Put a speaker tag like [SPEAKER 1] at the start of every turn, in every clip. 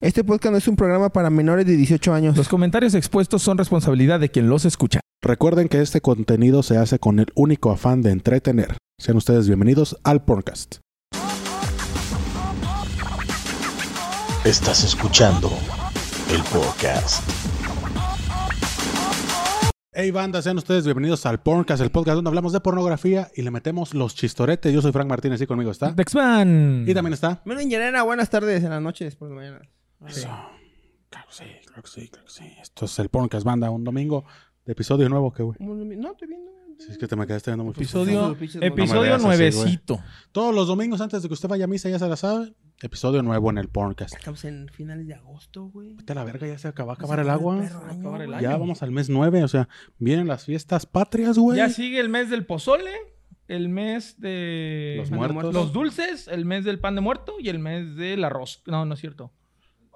[SPEAKER 1] Este podcast no es un programa para menores de 18 años.
[SPEAKER 2] Los comentarios expuestos son responsabilidad de quien los escucha.
[SPEAKER 3] Recuerden que este contenido se hace con el único afán de entretener. Sean ustedes bienvenidos al podcast.
[SPEAKER 4] Estás escuchando el podcast.
[SPEAKER 3] Hey banda, sean ustedes bienvenidos al Porncast, el podcast donde hablamos de pornografía y le metemos los chistoretes. Yo soy Frank Martínez y conmigo está.
[SPEAKER 2] Dexman.
[SPEAKER 3] Y también está.
[SPEAKER 1] Miren, Yerena, buenas tardes, en las noches, por la mañana.
[SPEAKER 3] Eso. Claro que sí, claro que sí, claro que sí. Esto es el Porncast, banda, un domingo de episodio nuevo, que güey.
[SPEAKER 1] No, estoy viendo.
[SPEAKER 3] Si es que te me quedaste viendo muy
[SPEAKER 2] Episodio,
[SPEAKER 1] No, pinches
[SPEAKER 3] No me
[SPEAKER 2] episodio
[SPEAKER 3] veas así,
[SPEAKER 2] nuevecito.
[SPEAKER 3] Todos los domingos antes de que usted vaya a misa, ya se la sabe. Episodio nuevo en el Porncast.
[SPEAKER 1] Estamos en finales de agosto, güey.
[SPEAKER 3] Vete a la verga, ya se acaba de acabar el agua.
[SPEAKER 1] Perro año,
[SPEAKER 2] acabar el
[SPEAKER 1] güey.
[SPEAKER 2] año.
[SPEAKER 3] Ya vamos al mes 9, o sea, vienen las fiestas patrias, güey.
[SPEAKER 2] ya sigue el mes del pozole, el mes de
[SPEAKER 3] Los
[SPEAKER 2] pan de
[SPEAKER 3] muertos.
[SPEAKER 2] los dulces, el mes del pan de muerto y el mes del arroz. No, no es cierto.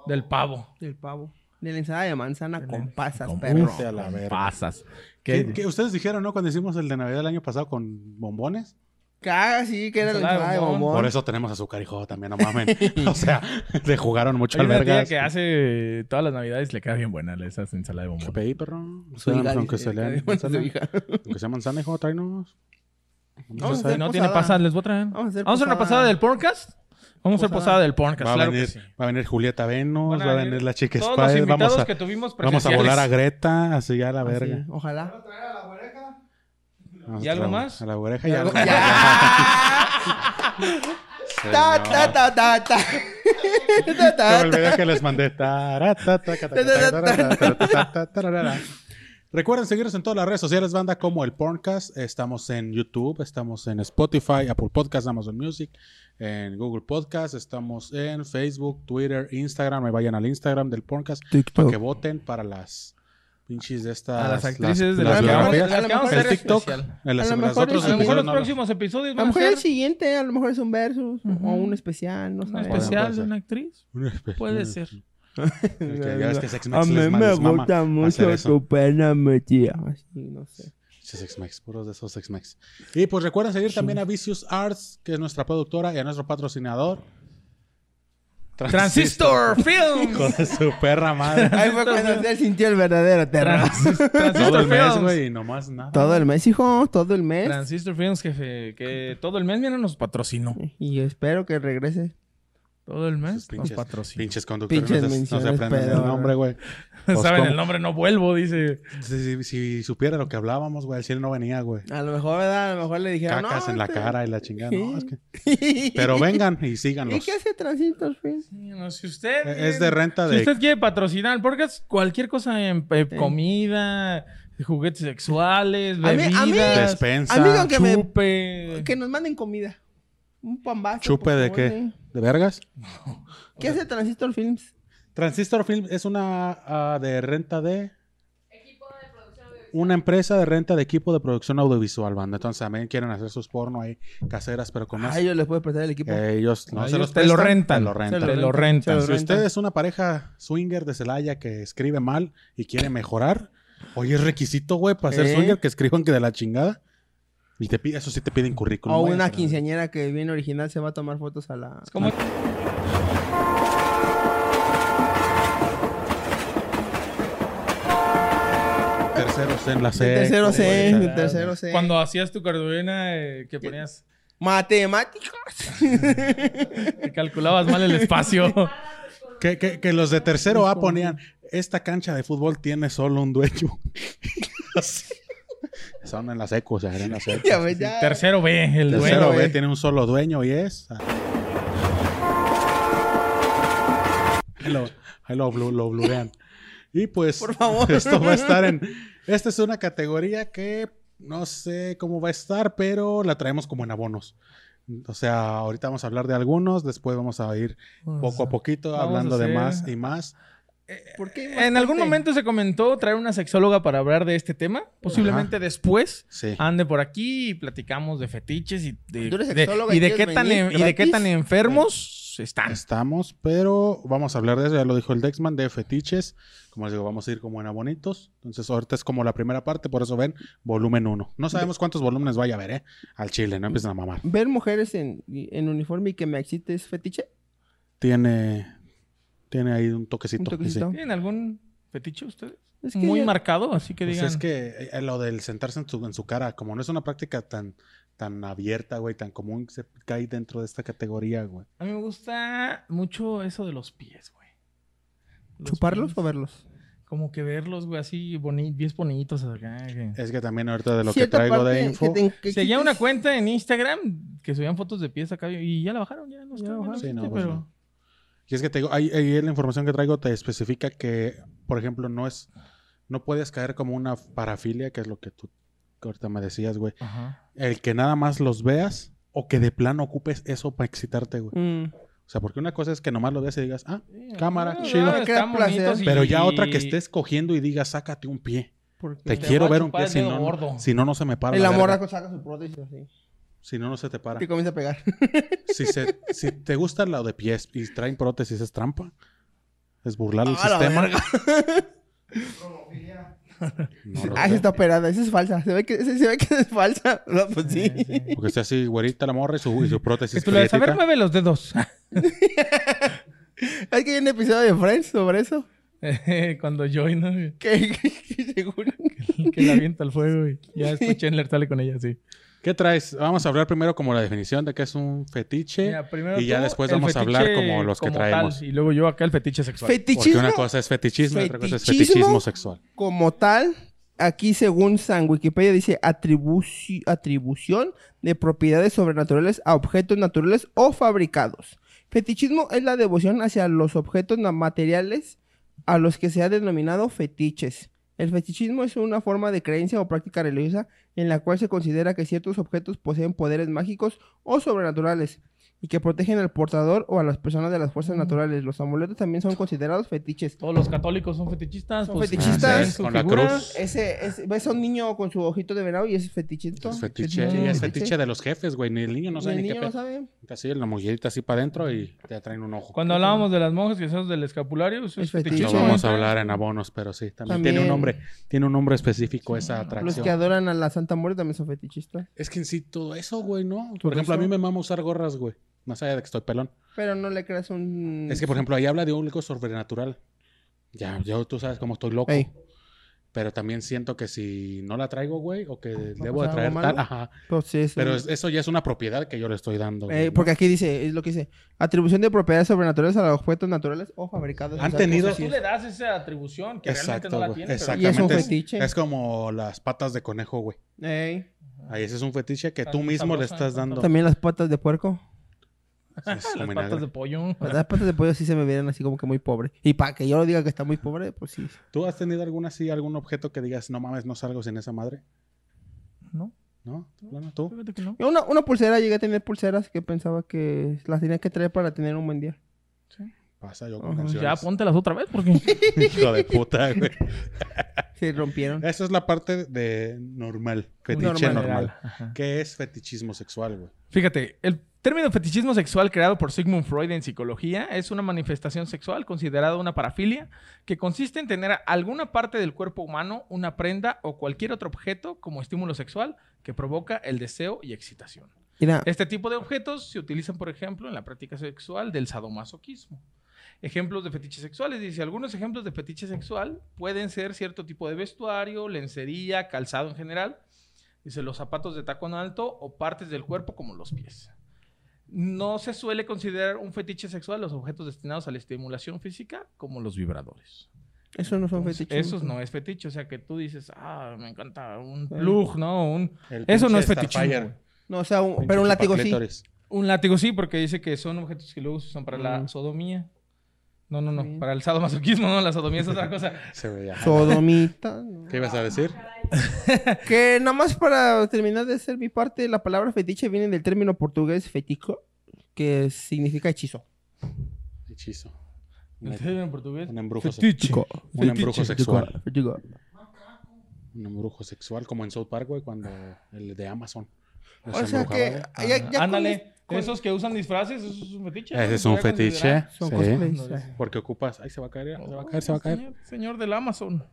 [SPEAKER 2] Del pavo.
[SPEAKER 1] Del pavo. De la ensalada de manzana con pasas,
[SPEAKER 2] con-
[SPEAKER 1] perro.
[SPEAKER 3] Vete a la verga.
[SPEAKER 2] Pasas.
[SPEAKER 3] ¿Qué, qué ustedes dijeron, no? Cuando hicimos el de Navidad el año pasado con bombones.
[SPEAKER 1] Caga, Ah, sí, que era la
[SPEAKER 2] Ensalada
[SPEAKER 1] ensalada
[SPEAKER 2] de
[SPEAKER 1] de
[SPEAKER 2] bombón.
[SPEAKER 1] bombón.
[SPEAKER 3] Por eso tenemos azúcar, hijo, también, no mamen. o sea, le jugaron mucho
[SPEAKER 2] Hay
[SPEAKER 3] al
[SPEAKER 2] una tía
[SPEAKER 3] vergas.
[SPEAKER 2] que hace todas las navidades le queda bien buena esa ensalada de
[SPEAKER 3] ¿Qué
[SPEAKER 2] bombón.
[SPEAKER 3] pedí, perro? O
[SPEAKER 1] Su
[SPEAKER 3] sea,
[SPEAKER 1] hija,
[SPEAKER 3] aunque,
[SPEAKER 1] dice,
[SPEAKER 3] se lean
[SPEAKER 1] que- bueno, su
[SPEAKER 3] manzana,
[SPEAKER 1] hija.
[SPEAKER 3] aunque sea manzana, hijo, tráenos. Vamos
[SPEAKER 1] Vamos a
[SPEAKER 3] hacer-
[SPEAKER 2] Si no tiene
[SPEAKER 1] Posada.
[SPEAKER 2] pasada, les voy a traer.
[SPEAKER 1] Vamos a hacer
[SPEAKER 2] Vamos a hacer una
[SPEAKER 1] posada.
[SPEAKER 2] pasada del podcast. Vamos a hacer
[SPEAKER 1] Posada.
[SPEAKER 2] posada del podcast,
[SPEAKER 3] va, a
[SPEAKER 2] claro
[SPEAKER 3] venir,
[SPEAKER 2] que sí.
[SPEAKER 3] va a venir Julieta Venus,
[SPEAKER 2] Van a
[SPEAKER 3] va a
[SPEAKER 2] venir
[SPEAKER 3] venir la chica
[SPEAKER 2] Todos los
[SPEAKER 3] Spice.
[SPEAKER 2] invitados
[SPEAKER 3] Vamos a,
[SPEAKER 2] que tuvimos
[SPEAKER 3] vamos a volar a
[SPEAKER 2] presenciales.
[SPEAKER 3] Greta, así ya a la
[SPEAKER 1] Así,
[SPEAKER 3] verga.
[SPEAKER 1] Ojalá.
[SPEAKER 3] Vamos
[SPEAKER 2] ¿Y
[SPEAKER 3] a
[SPEAKER 2] algo
[SPEAKER 3] la-
[SPEAKER 2] más?
[SPEAKER 3] A la oreja y
[SPEAKER 1] Ya.
[SPEAKER 3] algo.
[SPEAKER 1] Ta, ta, ta, ta, ta. Ta, ta,
[SPEAKER 3] Como el video que les mandé. Tará, ta, ta, ca, ta, ca, tará, tará, tará, tará, tará. Recuerden seguirnos en todas las redes sociales, banda, como el Porncast. Estamos en YouTube, estamos en Spotify, Apple Podcast, Amazon Music, en Google Podcast, estamos en Facebook, Twitter, Instagram. Me vayan al Instagram del Porncast
[SPEAKER 1] Oh.
[SPEAKER 3] para que voten para las pinches de estas.
[SPEAKER 2] A las actrices de las
[SPEAKER 1] las
[SPEAKER 2] que vamos-
[SPEAKER 3] biografías.
[SPEAKER 1] a
[SPEAKER 2] las
[SPEAKER 1] lo
[SPEAKER 2] que vamos a
[SPEAKER 1] mejor
[SPEAKER 3] El
[SPEAKER 2] hacer
[SPEAKER 1] es
[SPEAKER 3] TikTok.
[SPEAKER 2] especial.
[SPEAKER 3] en las-
[SPEAKER 1] A lo
[SPEAKER 3] en las
[SPEAKER 1] mejor
[SPEAKER 3] otros
[SPEAKER 2] A lo mejor
[SPEAKER 3] episodios
[SPEAKER 2] los
[SPEAKER 3] no
[SPEAKER 2] próximos episodios
[SPEAKER 1] A lo
[SPEAKER 2] van a
[SPEAKER 1] mejor el
[SPEAKER 2] ser
[SPEAKER 1] siguiente, a lo mejor es un versus
[SPEAKER 2] Ujú.
[SPEAKER 1] o un especial, no
[SPEAKER 2] un
[SPEAKER 1] sabemos.
[SPEAKER 2] especial de
[SPEAKER 3] ser. Pues,
[SPEAKER 2] una actriz.
[SPEAKER 3] hablan.
[SPEAKER 2] Puede ser.
[SPEAKER 3] Es que ya ves que Sex
[SPEAKER 1] A
[SPEAKER 3] Mex
[SPEAKER 1] mí
[SPEAKER 3] les
[SPEAKER 1] me
[SPEAKER 3] les mama
[SPEAKER 1] gusta
[SPEAKER 3] hacer
[SPEAKER 1] mucho
[SPEAKER 3] eso.
[SPEAKER 1] tu pena metida. Así, no sé.
[SPEAKER 3] Sí, Sex Mex, puros de esos Sex Mex. Y pues recuerden seguir también a Vicious Arts, que es nuestra productora y a nuestro patrocinador.
[SPEAKER 2] Transistor
[SPEAKER 3] Hijo
[SPEAKER 2] Films.
[SPEAKER 3] de su perra madre.
[SPEAKER 1] Ahí fue cuando él sintió el verdadero terror.
[SPEAKER 2] Transis-
[SPEAKER 3] Todo
[SPEAKER 2] Transistor
[SPEAKER 3] el mes,
[SPEAKER 2] Films.
[SPEAKER 3] güey, y nomás nada.
[SPEAKER 1] Todo el mes, hijo, todo el mes.
[SPEAKER 2] Transistor Films que, que todo el mes viene nos patrocinó.
[SPEAKER 1] Y yo espero que regrese.
[SPEAKER 2] Todo el mes nos
[SPEAKER 3] Esos pinches,
[SPEAKER 2] patrocinó.
[SPEAKER 3] pinches conductores
[SPEAKER 1] Pinches
[SPEAKER 3] no se- no se
[SPEAKER 1] menciones,
[SPEAKER 3] aprenden
[SPEAKER 1] pero-
[SPEAKER 3] el nombre, güey. Pues,
[SPEAKER 2] Saben
[SPEAKER 3] ¿cómo?
[SPEAKER 2] el nombre, no vuelvo, dice.
[SPEAKER 3] Si, si- si supiera lo que hablábamos, güey, el cielo no venía, güey.
[SPEAKER 1] A lo mejor, ¿verdad? A lo mejor le dijeron.
[SPEAKER 3] Cacas
[SPEAKER 1] "No,
[SPEAKER 3] en la
[SPEAKER 1] este-".
[SPEAKER 3] cara y la chingada. No, es que-
[SPEAKER 1] Sí.
[SPEAKER 3] Pero vengan y
[SPEAKER 1] ¿Y
[SPEAKER 3] síganlos.
[SPEAKER 1] qué hace Transistor Films?
[SPEAKER 2] Sí, no, si usted.
[SPEAKER 3] Eh, Es de renta
[SPEAKER 2] Si
[SPEAKER 3] de
[SPEAKER 2] usted quiere patrocinar podcast, cualquier cosa en eh, comida, juguetes sexuales,
[SPEAKER 1] A mí- a mí-
[SPEAKER 2] bebidas,
[SPEAKER 3] despensa.
[SPEAKER 1] Amigo que me.
[SPEAKER 2] chupe.
[SPEAKER 1] Que nos manden comida. Un pambazo.
[SPEAKER 3] ¿Chupe
[SPEAKER 1] por
[SPEAKER 3] de
[SPEAKER 1] favor,
[SPEAKER 3] qué?
[SPEAKER 1] sí.
[SPEAKER 3] ¿De vergas?
[SPEAKER 1] ¿Qué hace Transistor Films?
[SPEAKER 3] Transistor Film es una ah, de renta de... Una empresa de renta de equipo de producción audiovisual, banda. Entonces también quieren hacer sus porno ahí caseras, pero con más.
[SPEAKER 1] A ellos les puede prestar el equipo.
[SPEAKER 3] Eh, ellos no
[SPEAKER 2] Ellos
[SPEAKER 3] se los
[SPEAKER 2] te lo
[SPEAKER 3] prestan,
[SPEAKER 2] rentan.
[SPEAKER 3] Te lo rentan.
[SPEAKER 2] Te lo rentan.
[SPEAKER 1] Se
[SPEAKER 3] Si
[SPEAKER 1] lo
[SPEAKER 3] usted es una pareja swinger de Celaya que escribe mal y quiere mejorar, oye, es requisito, güey, para ser
[SPEAKER 1] ¿Eh?
[SPEAKER 3] swinger que escriban que de la chingada. Y te pide, eso sí te piden currículum.
[SPEAKER 1] O
[SPEAKER 3] güey,
[SPEAKER 1] una
[SPEAKER 3] pero-
[SPEAKER 1] quinceañera que viene original se va a tomar fotos a la.
[SPEAKER 2] Es como-
[SPEAKER 3] Terceros en la
[SPEAKER 1] De
[SPEAKER 3] serie.
[SPEAKER 1] tercero C, de
[SPEAKER 2] Ah,
[SPEAKER 1] tercero C.
[SPEAKER 2] Cuando hacías tu cartulina eh, que ponías,
[SPEAKER 1] Matemáticas.
[SPEAKER 2] que calculabas mal el espacio.
[SPEAKER 3] Que, que- que los de tercero A ponían, esta cancha de fútbol tiene solo un dueño. Así. Son en la seco, o sea, en la seco.
[SPEAKER 1] ya ves, ya.
[SPEAKER 2] Tercero B, el
[SPEAKER 3] Tercero
[SPEAKER 2] dueño.
[SPEAKER 3] B
[SPEAKER 1] güey.
[SPEAKER 3] tiene un solo dueño y es... ah. Ahí lo, ahí lo, blu- lo blurean. Y pues,
[SPEAKER 1] Por favor.
[SPEAKER 3] esto va a estar en... Esta es una categoría que no sé cómo va a estar, pero la traemos como en abonos. O sea, ahorita vamos a hablar de algunos, después vamos a ir poco a poquito
[SPEAKER 2] Vamos a
[SPEAKER 3] hablando de
[SPEAKER 2] hacer-
[SPEAKER 3] más y más.
[SPEAKER 1] ¿Por qué?
[SPEAKER 2] En algún momento se comentó traer una sexóloga para hablar de este tema. Posiblemente después
[SPEAKER 3] Sí.
[SPEAKER 2] ande por aquí y platicamos de fetiches y de,
[SPEAKER 1] ¿Tú eres
[SPEAKER 2] de-
[SPEAKER 1] sexóloga
[SPEAKER 2] y
[SPEAKER 1] y
[SPEAKER 2] de qué
[SPEAKER 1] quieres
[SPEAKER 2] tan
[SPEAKER 1] venir
[SPEAKER 2] en- y de qué
[SPEAKER 1] gratis?
[SPEAKER 2] tan enfermos están.
[SPEAKER 3] Estamos, pero vamos a hablar de eso, ya lo dijo el Dexman, de fetiches. Como les digo, vamos a ir como en abonitos. Entonces, ahorita es como la primera parte, por eso ven volumen 1. No sabemos cuántos volúmenes vaya a haber, ¿eh? Al chile, no empiecen a mamar.
[SPEAKER 1] Ver mujeres en, en uniforme y que me excite es fetiche.
[SPEAKER 3] Tiene, Tiene ahí un toquecito.
[SPEAKER 1] Un toquecito.
[SPEAKER 3] sí.
[SPEAKER 2] ¿Tienen algún fetiche ustedes?
[SPEAKER 1] Es que
[SPEAKER 2] Muy
[SPEAKER 1] yo-
[SPEAKER 2] marcado, así que
[SPEAKER 3] Pues
[SPEAKER 2] digan.
[SPEAKER 3] es que eh, lo del sentarse en su, en su cara, como no es una práctica tan, tan abierta, güey, tan común, se cae dentro de esta categoría, güey.
[SPEAKER 2] A mí me gusta mucho eso de los pies, güey. Los
[SPEAKER 1] ¿Chuparlos
[SPEAKER 2] pies,
[SPEAKER 1] o verlos?
[SPEAKER 2] Como que verlos, güey, así boni pies bonitos. acá, que-
[SPEAKER 3] Es que también ahorita de lo que
[SPEAKER 1] Cierta
[SPEAKER 3] traigo
[SPEAKER 1] parte
[SPEAKER 3] de info.
[SPEAKER 1] que te- que
[SPEAKER 2] Seguía una
[SPEAKER 1] quites-
[SPEAKER 2] cuenta en Instagram que subían fotos de pies acá y ya la bajaron, ya no está. ya
[SPEAKER 1] Ya
[SPEAKER 2] no
[SPEAKER 1] bajaron.
[SPEAKER 3] Sí,
[SPEAKER 2] existe,
[SPEAKER 3] no, pues
[SPEAKER 2] pero
[SPEAKER 3] no. Y es que te digo, ahí, ahí la información que traigo te especifica que, por ejemplo, no es, no puedes caer como una parafilia, que es lo que tú ahorita me decías, güey.
[SPEAKER 2] Ajá.
[SPEAKER 3] El que nada más los veas o que de plano ocupes eso para excitarte, güey.
[SPEAKER 1] Mm.
[SPEAKER 3] O sea, porque una cosa es que nomás lo veas y digas, ah,
[SPEAKER 2] Sí,
[SPEAKER 3] Cámara,
[SPEAKER 2] no, no,
[SPEAKER 3] chido.
[SPEAKER 2] están
[SPEAKER 1] Que da placer.
[SPEAKER 2] bonitos y-
[SPEAKER 3] pero ya otra que estés cogiendo y digas, sácate un pie.
[SPEAKER 1] Porque
[SPEAKER 3] Te,
[SPEAKER 2] Pues Te
[SPEAKER 3] quiero
[SPEAKER 2] voy a
[SPEAKER 3] ver un
[SPEAKER 2] chupar
[SPEAKER 3] pie,
[SPEAKER 2] el
[SPEAKER 3] si
[SPEAKER 2] dedo
[SPEAKER 3] no,
[SPEAKER 2] gordo.
[SPEAKER 3] no, si no, no se me para.
[SPEAKER 1] el
[SPEAKER 3] la
[SPEAKER 1] amor
[SPEAKER 3] verga.
[SPEAKER 1] saca su prótesis así.
[SPEAKER 3] Si no, no se te para.
[SPEAKER 1] Te comienza a pegar.
[SPEAKER 3] Si, se- si te gusta lo de pies y traen prótesis, es trampa. Es burlar el
[SPEAKER 1] Ah, la
[SPEAKER 3] sistema.
[SPEAKER 1] verga.
[SPEAKER 3] No lo sé.
[SPEAKER 1] Ah, esa está operada. Esa es falsa. Se ve que, se, se ve que es falsa. No, pues sí.
[SPEAKER 2] Sí, sí.
[SPEAKER 3] Porque está así, güerita la morra y su, y su prótesis.
[SPEAKER 2] Que tú le das, a ver,
[SPEAKER 3] prietita.
[SPEAKER 2] mueve los dedos.
[SPEAKER 1] Es que hay un episodio de Friends sobre eso.
[SPEAKER 2] Cuando Joy, ¿no?
[SPEAKER 1] Que, que, que según...
[SPEAKER 2] Que la avienta al fuego y ya escuché en sale con ella, sí.
[SPEAKER 3] ¿Qué traes? Vamos a hablar primero como la definición de qué es un fetiche.
[SPEAKER 2] Mira, primero
[SPEAKER 3] y ya
[SPEAKER 2] tú,
[SPEAKER 3] después
[SPEAKER 2] el
[SPEAKER 3] vamos a hablar
[SPEAKER 2] fetiche
[SPEAKER 3] como los que
[SPEAKER 2] como
[SPEAKER 3] traemos.
[SPEAKER 2] tal, y luego yo acá el fetiche sexual.
[SPEAKER 3] Porque
[SPEAKER 1] Fetichismo
[SPEAKER 3] una cosa es fetichismo y otra cosa es
[SPEAKER 1] Fetichismo.
[SPEAKER 3] fetichismo sexual.
[SPEAKER 1] como tal, aquí según San Wikipedia dice atribuci- atribución de propiedades sobrenaturales a objetos naturales o fabricados. Fetichismo es la devoción hacia los objetos na- materiales a los que se ha denominado fetiches. El fetichismo es una forma de creencia o práctica religiosa en la cual se considera que ciertos objetos poseen poderes mágicos o sobrenaturales y que protegen al portador o a las personas de las fuerzas naturales. Los amuletos también son considerados fetiches.
[SPEAKER 2] Todos los católicos son fetichistas. pues,
[SPEAKER 1] Son
[SPEAKER 3] Ah,
[SPEAKER 1] fetichistas.
[SPEAKER 3] sí,
[SPEAKER 2] su
[SPEAKER 3] con la
[SPEAKER 2] figura.
[SPEAKER 3] cruz.
[SPEAKER 1] Ese, ese- ves a un niño con su ojito de venado y es fetichito.
[SPEAKER 3] Es fetiche.
[SPEAKER 2] fetiche.
[SPEAKER 3] y es fetiche de los jefes, güey. Ni el niño no sabe
[SPEAKER 1] el
[SPEAKER 3] ni,
[SPEAKER 1] niño
[SPEAKER 3] qué
[SPEAKER 1] no
[SPEAKER 3] pedo.
[SPEAKER 1] sabe.
[SPEAKER 3] Así, la mujerita así para adentro y te traen un ojo.
[SPEAKER 2] Cuando hablábamos de las monjas que son del escapulario, eso es
[SPEAKER 1] Es fetiche.
[SPEAKER 3] No
[SPEAKER 2] fetichismo.
[SPEAKER 3] vamos a hablar en abonos, pero sí, también, tiene un
[SPEAKER 1] También.
[SPEAKER 3] nombre, tiene un nombre específico esa
[SPEAKER 1] Los
[SPEAKER 3] atracción.
[SPEAKER 1] que adoran a la Santa Muerte también son fetichistas.
[SPEAKER 3] Es que en sí todo eso, güey, ¿no? Por
[SPEAKER 2] Por
[SPEAKER 3] ejemplo, a
[SPEAKER 2] eso.
[SPEAKER 3] mí me mama usar gorras, güey. Más allá de que estoy pelón.
[SPEAKER 1] Pero no le creas un.
[SPEAKER 3] Es que, por ejemplo, ahí habla de un algo sobrenatural. Ya, yo, tú sabes cómo estoy loco.
[SPEAKER 1] Ey.
[SPEAKER 3] Pero también siento que si no la traigo, güey, o que debo de
[SPEAKER 1] Ah, pasar
[SPEAKER 3] traer
[SPEAKER 1] algo
[SPEAKER 3] tal,
[SPEAKER 1] malo?
[SPEAKER 3] ajá.
[SPEAKER 1] Pues sí, es
[SPEAKER 3] Pero
[SPEAKER 1] un-
[SPEAKER 3] es- eso ya es una propiedad que yo le estoy dando. güey,
[SPEAKER 1] Eh,
[SPEAKER 3] ¿no?
[SPEAKER 1] porque aquí dice, es lo que dice: atribución de propiedades sobrenaturales a los objetos naturales o fabricados.
[SPEAKER 3] Han
[SPEAKER 1] O sea,
[SPEAKER 3] tenido-
[SPEAKER 2] O sea, tú le das esa atribución que realmente
[SPEAKER 3] Exacto,
[SPEAKER 2] no la
[SPEAKER 3] güey.
[SPEAKER 2] tiene. pero-
[SPEAKER 1] Y es un
[SPEAKER 3] Exactamente.
[SPEAKER 1] fetiche.
[SPEAKER 3] Es como las patas de conejo, güey.
[SPEAKER 1] Ey.
[SPEAKER 3] Ahí ese es un fetiche que
[SPEAKER 2] Tan
[SPEAKER 3] tú mismo le
[SPEAKER 2] sabrosa,
[SPEAKER 3] estás
[SPEAKER 2] tan
[SPEAKER 3] dando.
[SPEAKER 1] También las patas de puerco.
[SPEAKER 3] Es su
[SPEAKER 2] Las
[SPEAKER 3] vinagre.
[SPEAKER 2] patas de pollo.
[SPEAKER 1] Las patas de pollo sí se me vienen así como que muy pobre. Y para que yo lo diga que está muy pobre, pues sí.
[SPEAKER 3] ¿Tú has tenido alguna así, algún objeto que digas, no mames, no salgo sin esa madre?
[SPEAKER 2] No,
[SPEAKER 3] ¿No? Bueno, tú.
[SPEAKER 2] fíjate que no.
[SPEAKER 1] Yo Una, una pulsera, llegué a tener pulseras que pensaba que las tenía que traer para tener un buen día.
[SPEAKER 3] Pasa yo con
[SPEAKER 1] Ajá.
[SPEAKER 3] canciones.
[SPEAKER 2] Ya póntelas otra vez porque
[SPEAKER 3] Hijo de puta, güey.
[SPEAKER 1] Se rompieron.
[SPEAKER 3] Esa es la parte de normal, fetiche
[SPEAKER 1] Normal.
[SPEAKER 3] normal.
[SPEAKER 2] Ajá.
[SPEAKER 3] ¿Qué es fetichismo sexual, güey?
[SPEAKER 2] Fíjate, el término fetichismo sexual creado por Sigmund Freud en psicología es una manifestación sexual considerada una parafilia que consiste en tener alguna parte del cuerpo humano, una prenda o cualquier otro objeto como estímulo sexual que provoca el deseo y excitación.
[SPEAKER 1] Mira,
[SPEAKER 2] Este tipo de objetos se utilizan, por ejemplo, en la práctica sexual del sadomasoquismo. Ejemplos de fetiches sexuales. Dice, algunos ejemplos de fetiche sexual pueden ser cierto tipo de vestuario, lencería, calzado en general. Dice, los zapatos de tacón alto o partes del cuerpo como los pies. No se suele considerar un fetiche sexual los objetos destinados a la estimulación física como los vibradores.
[SPEAKER 1] esos no son
[SPEAKER 2] Entonces,
[SPEAKER 1] fetiches.
[SPEAKER 2] Esos no es fetiche. O sea, que tú dices, ah, me encanta un
[SPEAKER 1] Sí.
[SPEAKER 2] plug, ¿no? Un,
[SPEAKER 3] El
[SPEAKER 2] Eso no
[SPEAKER 3] pinche
[SPEAKER 2] es fetichismo,
[SPEAKER 3] Starfire,
[SPEAKER 2] güey.
[SPEAKER 1] No, o sea, un-
[SPEAKER 3] pinche
[SPEAKER 1] pero un látigo sí.
[SPEAKER 3] chupaclítoris.
[SPEAKER 2] Un látigo sí, porque dice que son objetos que luego se usan para
[SPEAKER 1] Mm.
[SPEAKER 2] la sodomía. No, no, no.
[SPEAKER 1] Bien.
[SPEAKER 2] Para el sadomasoquismo, no. La sodomía es otra cosa.
[SPEAKER 3] Se veía.
[SPEAKER 1] Sodomita. no.
[SPEAKER 3] ¿Qué ibas a decir?
[SPEAKER 1] que nada más para terminar de hacer mi parte, la palabra fetiche viene del término portugués fetico, que significa hechizo.
[SPEAKER 3] Hechizo.
[SPEAKER 2] ¿Ustedes ven en portugués?
[SPEAKER 3] Un embrujo
[SPEAKER 2] Fetiche.
[SPEAKER 1] Chico.
[SPEAKER 3] Un embrujo sexual.
[SPEAKER 1] Fetico.
[SPEAKER 3] Un embrujo sexual, como en South Park, güey, cuando el de Amazon. los
[SPEAKER 1] O sea
[SPEAKER 3] embrujaba,
[SPEAKER 1] que
[SPEAKER 3] güey.
[SPEAKER 2] Ah.
[SPEAKER 1] ya, ya
[SPEAKER 2] Ándale.
[SPEAKER 1] con-
[SPEAKER 2] Esos que usan disfraces, eso es un fetiche. ¿no?
[SPEAKER 3] Ese es
[SPEAKER 2] Se
[SPEAKER 3] un
[SPEAKER 2] podría
[SPEAKER 3] fetiche.
[SPEAKER 2] considerar.
[SPEAKER 1] Son
[SPEAKER 3] sí.
[SPEAKER 1] cosplays.
[SPEAKER 2] No, dice.
[SPEAKER 3] Porque ocupas. Ahí se va a caer, se va a caer, se va a caer.
[SPEAKER 2] "Pues, Señor, señor del Amazon.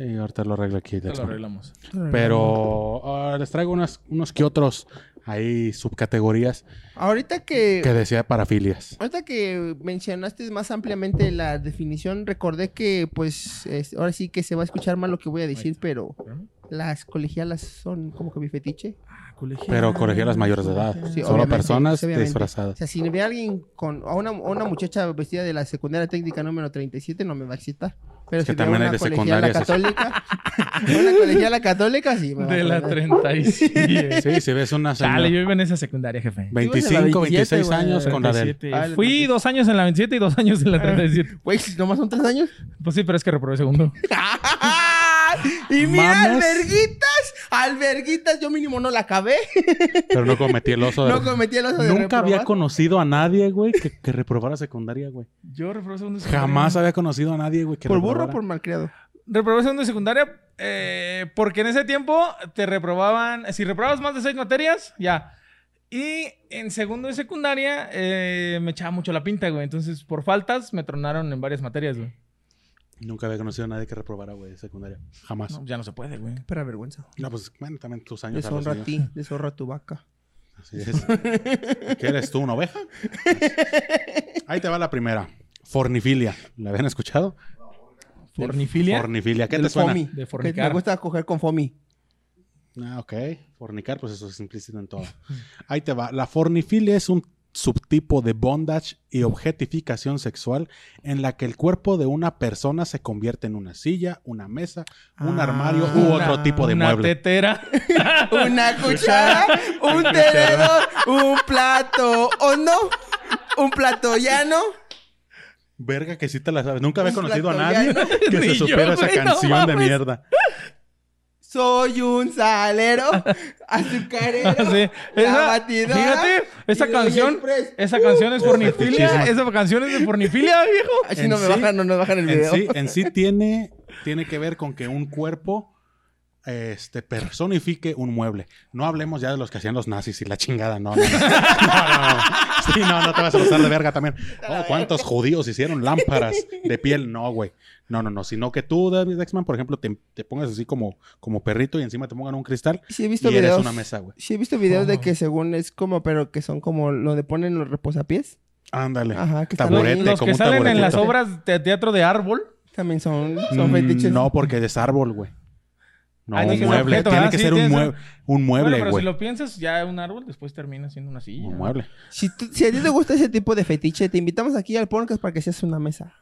[SPEAKER 3] Y ahorita lo arreglo aquí.
[SPEAKER 2] Te lo
[SPEAKER 3] Dexman.
[SPEAKER 2] arreglamos.
[SPEAKER 3] Pero ah, les traigo unas, unos que otros Hay subcategorías
[SPEAKER 1] Ahorita que,
[SPEAKER 3] que decía parafilias.
[SPEAKER 1] ahorita que mencionaste más ampliamente la definición, recordé que pues es- ahora sí que se va a escuchar mal lo que voy a decir, pero las colegialas son como que mi fetiche.
[SPEAKER 2] Ah,
[SPEAKER 3] Pero colegialas mayores de edad.
[SPEAKER 1] Sí,
[SPEAKER 3] Solo
[SPEAKER 1] obviamente,
[SPEAKER 3] personas
[SPEAKER 1] sí, obviamente. O
[SPEAKER 3] disfrazadas.
[SPEAKER 1] sea, si ve a alguien con a una, a una muchacha vestida de la secundaria técnica número 37, no me va a excitar. Pero
[SPEAKER 3] Es que
[SPEAKER 1] si veo
[SPEAKER 3] también
[SPEAKER 1] una
[SPEAKER 3] hay de
[SPEAKER 1] colegiala
[SPEAKER 3] secundarias,
[SPEAKER 1] católica, una colegiala católica, sí. Me va
[SPEAKER 2] De la
[SPEAKER 1] a
[SPEAKER 2] 37.
[SPEAKER 3] Sí, si ves una
[SPEAKER 2] Dale, yo
[SPEAKER 3] señora,
[SPEAKER 2] iba en esa secundaria, jefe.
[SPEAKER 3] 25, 26 años con la del...
[SPEAKER 5] 37.
[SPEAKER 1] Ah, el-
[SPEAKER 2] Fui dos años en la 27 y dos años
[SPEAKER 3] Eh.
[SPEAKER 2] en la 37.
[SPEAKER 1] Güey, si nomás son tres años.
[SPEAKER 2] Pues sí, pero es que reprobé segundo.
[SPEAKER 1] y mira,
[SPEAKER 3] Mames.
[SPEAKER 1] alberguitas, alberguitas, yo mínimo no la acabé.
[SPEAKER 3] Pero no cometí el oso de...
[SPEAKER 1] No cometí el oso de
[SPEAKER 3] Nunca había
[SPEAKER 1] reprobar.
[SPEAKER 3] conocido a nadie, güey, que, que reprobara secundaria, güey.
[SPEAKER 2] Yo reprobé segundo de secundaria.
[SPEAKER 3] Jamás había conocido a nadie, güey, que
[SPEAKER 1] Por burro o
[SPEAKER 3] reprobara.
[SPEAKER 1] por malcriado.
[SPEAKER 2] Reprobé segundo de secundaria eh, porque en ese tiempo te reprobaban... Si reprobabas más de seis materias, ya. Y en segundo de secundaria eh, me echaba mucho la pinta, güey. Entonces, por faltas, me tronaron en varias materias, güey.
[SPEAKER 3] Nunca había conocido a nadie que reprobara, güey, secundaria. Jamás.
[SPEAKER 2] No,
[SPEAKER 3] No,
[SPEAKER 2] ya no se puede, güey.
[SPEAKER 1] Pero vergüenza.
[SPEAKER 3] pues, bueno, también tus años a los
[SPEAKER 1] Deshonra a
[SPEAKER 3] míos.
[SPEAKER 1] ti, deshonra a tu vaca.
[SPEAKER 3] Así es. ¿Qué eres tú, una oveja? Ahí te va la primera. Fornifilia. ¿La habían escuchado?
[SPEAKER 2] Fornifilia.
[SPEAKER 3] Fornifilia. ¿Qué
[SPEAKER 1] Del
[SPEAKER 3] te suena?
[SPEAKER 1] fomi.
[SPEAKER 2] De
[SPEAKER 1] Que
[SPEAKER 2] fornicar.
[SPEAKER 1] me gusta coger con fomi.
[SPEAKER 3] Ah, ok. Fornicar, pues eso es implícito en todo. Ahí te va. La fornifilia es un subtipo de bondage y objetificación sexual en la que el cuerpo de una persona se convierte en una silla, una mesa, un
[SPEAKER 1] Ah,
[SPEAKER 3] armario u
[SPEAKER 2] una-
[SPEAKER 3] otro tipo de
[SPEAKER 2] una
[SPEAKER 3] mueble.
[SPEAKER 2] tetera.
[SPEAKER 1] Una cuchara, un tenedor, un plato hondo, un plato llano.
[SPEAKER 3] Verga, que sí te la sabes. Nunca había
[SPEAKER 1] Un
[SPEAKER 3] conocido a
[SPEAKER 1] plato
[SPEAKER 3] nadie
[SPEAKER 1] llano.
[SPEAKER 3] que
[SPEAKER 2] Ni
[SPEAKER 3] se
[SPEAKER 2] yo,
[SPEAKER 3] supiera esa
[SPEAKER 2] güey, no
[SPEAKER 3] canción de
[SPEAKER 2] mames.
[SPEAKER 3] mierda.
[SPEAKER 1] Soy un salero, azucarero,
[SPEAKER 2] Sí.
[SPEAKER 1] la
[SPEAKER 2] Esa,
[SPEAKER 1] batidora.
[SPEAKER 2] fíjate,
[SPEAKER 1] y
[SPEAKER 2] esa
[SPEAKER 1] Doña
[SPEAKER 2] canción,
[SPEAKER 1] Express.
[SPEAKER 2] esa canción es
[SPEAKER 3] fetichismo.
[SPEAKER 2] fornifilia, esa canción es de fornifilia, viejo.
[SPEAKER 1] Ay, si
[SPEAKER 3] en
[SPEAKER 1] no me
[SPEAKER 3] sí-
[SPEAKER 1] bajan, no nos bajan el
[SPEAKER 3] en
[SPEAKER 1] video.
[SPEAKER 3] sí, en sí tiene, tiene que ver con que un cuerpo este, personifique un mueble. No hablemos ya de los que hacían los nazis y la chingada, no. No, no, no, no. Sí, no, no te vas a usar de verga también. Oh, ¿Cuántos judíos hicieron lámparas de piel? No, güey. No, no, no. Sino que tú, David Dexman, por ejemplo, te, te pongas así como, como perrito y encima te pongan un cristal
[SPEAKER 1] Sí he
[SPEAKER 3] y
[SPEAKER 1] visto
[SPEAKER 3] eres
[SPEAKER 1] videos.
[SPEAKER 3] una Oh. mesa, güey.
[SPEAKER 1] Sí he visto videos de
[SPEAKER 2] Ajá.
[SPEAKER 1] que según es como, pero que son como lo de ponen los reposapiés.
[SPEAKER 3] Ándale.
[SPEAKER 1] Ajá, que están
[SPEAKER 3] Taburete,
[SPEAKER 1] ahí.
[SPEAKER 2] Los
[SPEAKER 3] como
[SPEAKER 2] que
[SPEAKER 3] un
[SPEAKER 2] salen en las
[SPEAKER 3] taburetito.
[SPEAKER 2] obras de teatro de árbol.
[SPEAKER 1] También son, son fetiches.
[SPEAKER 3] Mm, No, porque es árbol, güey. No,
[SPEAKER 2] Ah, no
[SPEAKER 3] un
[SPEAKER 2] es un
[SPEAKER 3] mueble.
[SPEAKER 2] objeto,
[SPEAKER 3] tiene
[SPEAKER 2] ¿verdad?
[SPEAKER 3] que
[SPEAKER 2] Sí,
[SPEAKER 3] ser un,
[SPEAKER 2] tiene que
[SPEAKER 3] mueble, un
[SPEAKER 2] Bueno,
[SPEAKER 3] mueble,
[SPEAKER 2] pero
[SPEAKER 3] güey.
[SPEAKER 2] si lo piensas, ya un árbol después termina siendo una silla.
[SPEAKER 3] Un mueble.
[SPEAKER 1] Si, tú- si a ti te gusta ese tipo de fetiche, te invitamos aquí al podcast para que seas una mesa.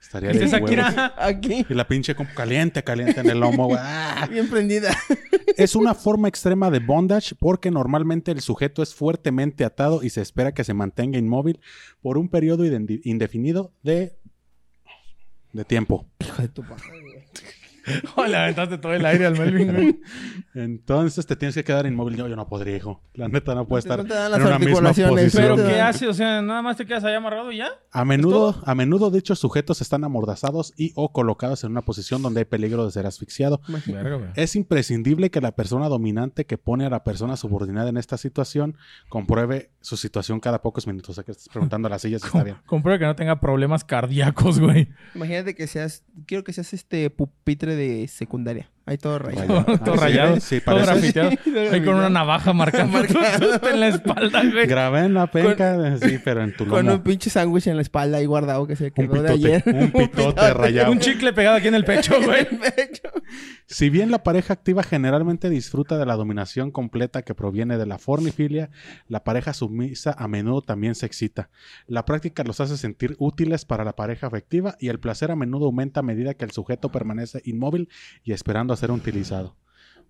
[SPEAKER 3] Estaría
[SPEAKER 2] Este
[SPEAKER 3] de
[SPEAKER 2] es
[SPEAKER 3] huevos.
[SPEAKER 2] Akira.
[SPEAKER 1] Aquí,
[SPEAKER 3] Y la pinche como caliente, caliente en el lomo, güey. Ah.
[SPEAKER 1] bien prendida.
[SPEAKER 3] Es una forma extrema de bondage porque normalmente el sujeto es fuertemente atado y se espera que se mantenga inmóvil por un periodo inde- indefinido de, de tiempo.
[SPEAKER 1] Hijo de tu madre, güey.
[SPEAKER 2] Oh, Le aventaste todo el aire al Melvin, güey.
[SPEAKER 3] Entonces te tienes que quedar inmóvil. Yo, yo no podría, hijo. La neta no puede
[SPEAKER 1] No te-
[SPEAKER 3] estar
[SPEAKER 1] no te dan
[SPEAKER 3] en
[SPEAKER 1] las
[SPEAKER 3] una misma
[SPEAKER 1] articulaciones,
[SPEAKER 2] Pero
[SPEAKER 3] posición.
[SPEAKER 1] Sí.
[SPEAKER 2] ¿qué hace? O sea, nada más te quedas ahí amarrado y ya.
[SPEAKER 3] A menudo, a menudo dichos sujetos están amordazados y o colocados en una posición donde hay peligro de ser asfixiado. Es imprescindible que la persona dominante que pone a la persona subordinada en esta situación compruebe su situación cada pocos minutos. O sea, que estás preguntando a las sillas si está bien.
[SPEAKER 2] Comprueba que no tenga problemas cardíacos, güey.
[SPEAKER 1] Imagínate que seas, quiero que seas este pupitre de secundaria. Ahí todo rayado.
[SPEAKER 3] Vaya.
[SPEAKER 2] Todo
[SPEAKER 3] Ah, sí,
[SPEAKER 2] rayado,
[SPEAKER 3] Sí,
[SPEAKER 2] todo
[SPEAKER 3] parece.
[SPEAKER 2] grafiteado. Ahí con una navaja marcando en la espalda, güey.
[SPEAKER 3] Grabé en la penca, sí, pero en tu
[SPEAKER 1] Con
[SPEAKER 3] lomo.
[SPEAKER 1] un pinche sándwich en la espalda ahí guardado que se
[SPEAKER 3] Un
[SPEAKER 1] quedó de
[SPEAKER 3] pitote,
[SPEAKER 1] ayer.
[SPEAKER 3] un pitote rayado.
[SPEAKER 2] Un chicle pegado aquí en el pecho, güey.
[SPEAKER 1] En el pecho.
[SPEAKER 3] Si bien la pareja activa generalmente disfruta de la dominación completa que proviene de la fornifilia, la pareja sumisa a menudo también se excita. La práctica los hace sentir útiles para la pareja afectiva y el placer a menudo aumenta a medida que el sujeto permanece inmóvil y esperando a ser utilizado.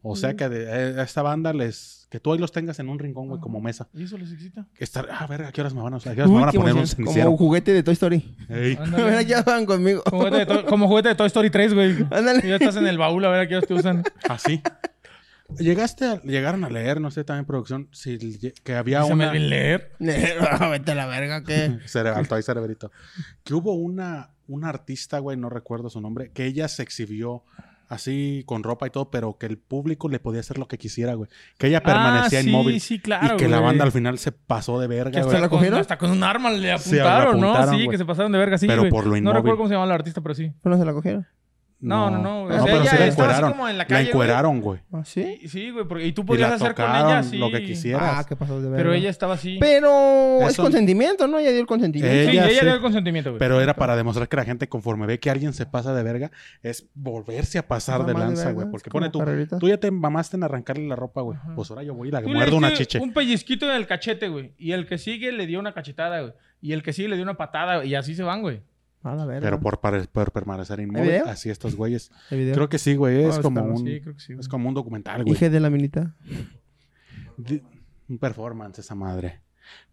[SPEAKER 3] O sea que de- eh, a esta banda les que tú ahí los tengas en un rincón güey como mesa.
[SPEAKER 2] ¿Y eso les excita?
[SPEAKER 3] Que Estar, ah, a ver, ¿a qué horas me van a, usar? ¿A qué horas me
[SPEAKER 1] Uy,
[SPEAKER 3] van a
[SPEAKER 1] qué
[SPEAKER 3] poner un
[SPEAKER 1] emoción. Como
[SPEAKER 3] cenicero?
[SPEAKER 1] un juguete de Toy Story.
[SPEAKER 3] Ey.
[SPEAKER 1] A ver, ya van conmigo.
[SPEAKER 2] Como juguete, de Toy- como juguete de Toy Story 3, güey.
[SPEAKER 1] Ándale.
[SPEAKER 2] Y ya estás en el baúl a ver a qué horas te usan.
[SPEAKER 3] Así. Llegaste a, llegaron a leer, no sé, también producción, si lle- que había
[SPEAKER 2] Se me
[SPEAKER 3] una
[SPEAKER 2] olvidó leer.
[SPEAKER 1] Vete a la verga, ¿qué?
[SPEAKER 3] Cere- alto ahí, cerebrito. Que hubo una, una artista, güey, no recuerdo su nombre, que ella se exhibió así con ropa y todo, pero que el público le podía hacer lo que quisiera, güey. Que ella permanecía
[SPEAKER 2] Ah, sí,
[SPEAKER 3] inmóvil.
[SPEAKER 2] Sí, claro,
[SPEAKER 3] y que la
[SPEAKER 2] güey.
[SPEAKER 3] banda al final se pasó de
[SPEAKER 2] Que
[SPEAKER 3] verga,
[SPEAKER 2] hasta,
[SPEAKER 3] güey.
[SPEAKER 1] la
[SPEAKER 2] con-
[SPEAKER 1] cogieron?
[SPEAKER 2] hasta con un arma le
[SPEAKER 3] Sí, la
[SPEAKER 2] apuntaron, ¿no?
[SPEAKER 3] apuntaron,
[SPEAKER 2] Sí,
[SPEAKER 3] güey.
[SPEAKER 2] que se pasaron de verga, sí,
[SPEAKER 3] Pero
[SPEAKER 2] güey.
[SPEAKER 3] por lo
[SPEAKER 2] No
[SPEAKER 3] inmóvil.
[SPEAKER 2] recuerdo cómo se llamaba la artista, pero sí.
[SPEAKER 1] ¿No se la cogieron?
[SPEAKER 2] No, no, no. güey.
[SPEAKER 3] No,
[SPEAKER 2] O sea,
[SPEAKER 3] pero
[SPEAKER 2] ella
[SPEAKER 3] sí
[SPEAKER 2] estaba
[SPEAKER 3] la
[SPEAKER 2] así
[SPEAKER 3] encueraron.
[SPEAKER 2] como en la
[SPEAKER 3] La,
[SPEAKER 2] calle, güey.
[SPEAKER 3] encueraron, güey.
[SPEAKER 1] ¿Ah, sí?
[SPEAKER 2] Y- Sí, güey, porque y tú
[SPEAKER 3] Y
[SPEAKER 2] podías
[SPEAKER 3] la
[SPEAKER 2] hacer con ella
[SPEAKER 3] tocaron
[SPEAKER 2] sí.
[SPEAKER 3] lo que
[SPEAKER 1] Ah,
[SPEAKER 3] quisieras.
[SPEAKER 1] qué pasó de ver.
[SPEAKER 2] Pero ella estaba así.
[SPEAKER 1] Pero es
[SPEAKER 3] Eso-
[SPEAKER 1] consentimiento, ¿no? Ella dio el consentimiento.
[SPEAKER 2] sí,
[SPEAKER 3] ella
[SPEAKER 2] ella
[SPEAKER 3] sí.
[SPEAKER 2] dio el consentimiento, güey.
[SPEAKER 3] Pero era para demostrar que la gente, conforme ve que alguien se pasa de verga, es volverse a pasar
[SPEAKER 1] Mamá
[SPEAKER 3] de lanza,
[SPEAKER 1] verga,
[SPEAKER 3] güey.
[SPEAKER 1] es
[SPEAKER 3] Porque
[SPEAKER 1] como
[SPEAKER 3] pone tú,
[SPEAKER 1] carrerita.
[SPEAKER 3] tú ya te mamaste en arrancarle la ropa, güey. Pues ahora yo voy y la
[SPEAKER 2] Tú le
[SPEAKER 3] muerdo una
[SPEAKER 2] diste
[SPEAKER 3] chiche.
[SPEAKER 2] Un pellizquito en el cachete, güey. Y el que sigue le dio una cachetada, güey. Y el que sigue le dio una patada, güey. Y así se van, güey.
[SPEAKER 1] A la verga.
[SPEAKER 3] Pero por, pare- por permanecer inmóvil,
[SPEAKER 1] video?
[SPEAKER 3] así estos güeyes.
[SPEAKER 1] El video.
[SPEAKER 3] Creo que sí, güey. Es
[SPEAKER 1] Ah,
[SPEAKER 3] como
[SPEAKER 1] está,
[SPEAKER 3] un...
[SPEAKER 2] Sí, creo que sí. güey.
[SPEAKER 3] Es como un documental, güey.
[SPEAKER 1] Hija de la minita.
[SPEAKER 3] Di- Un performance esa madre.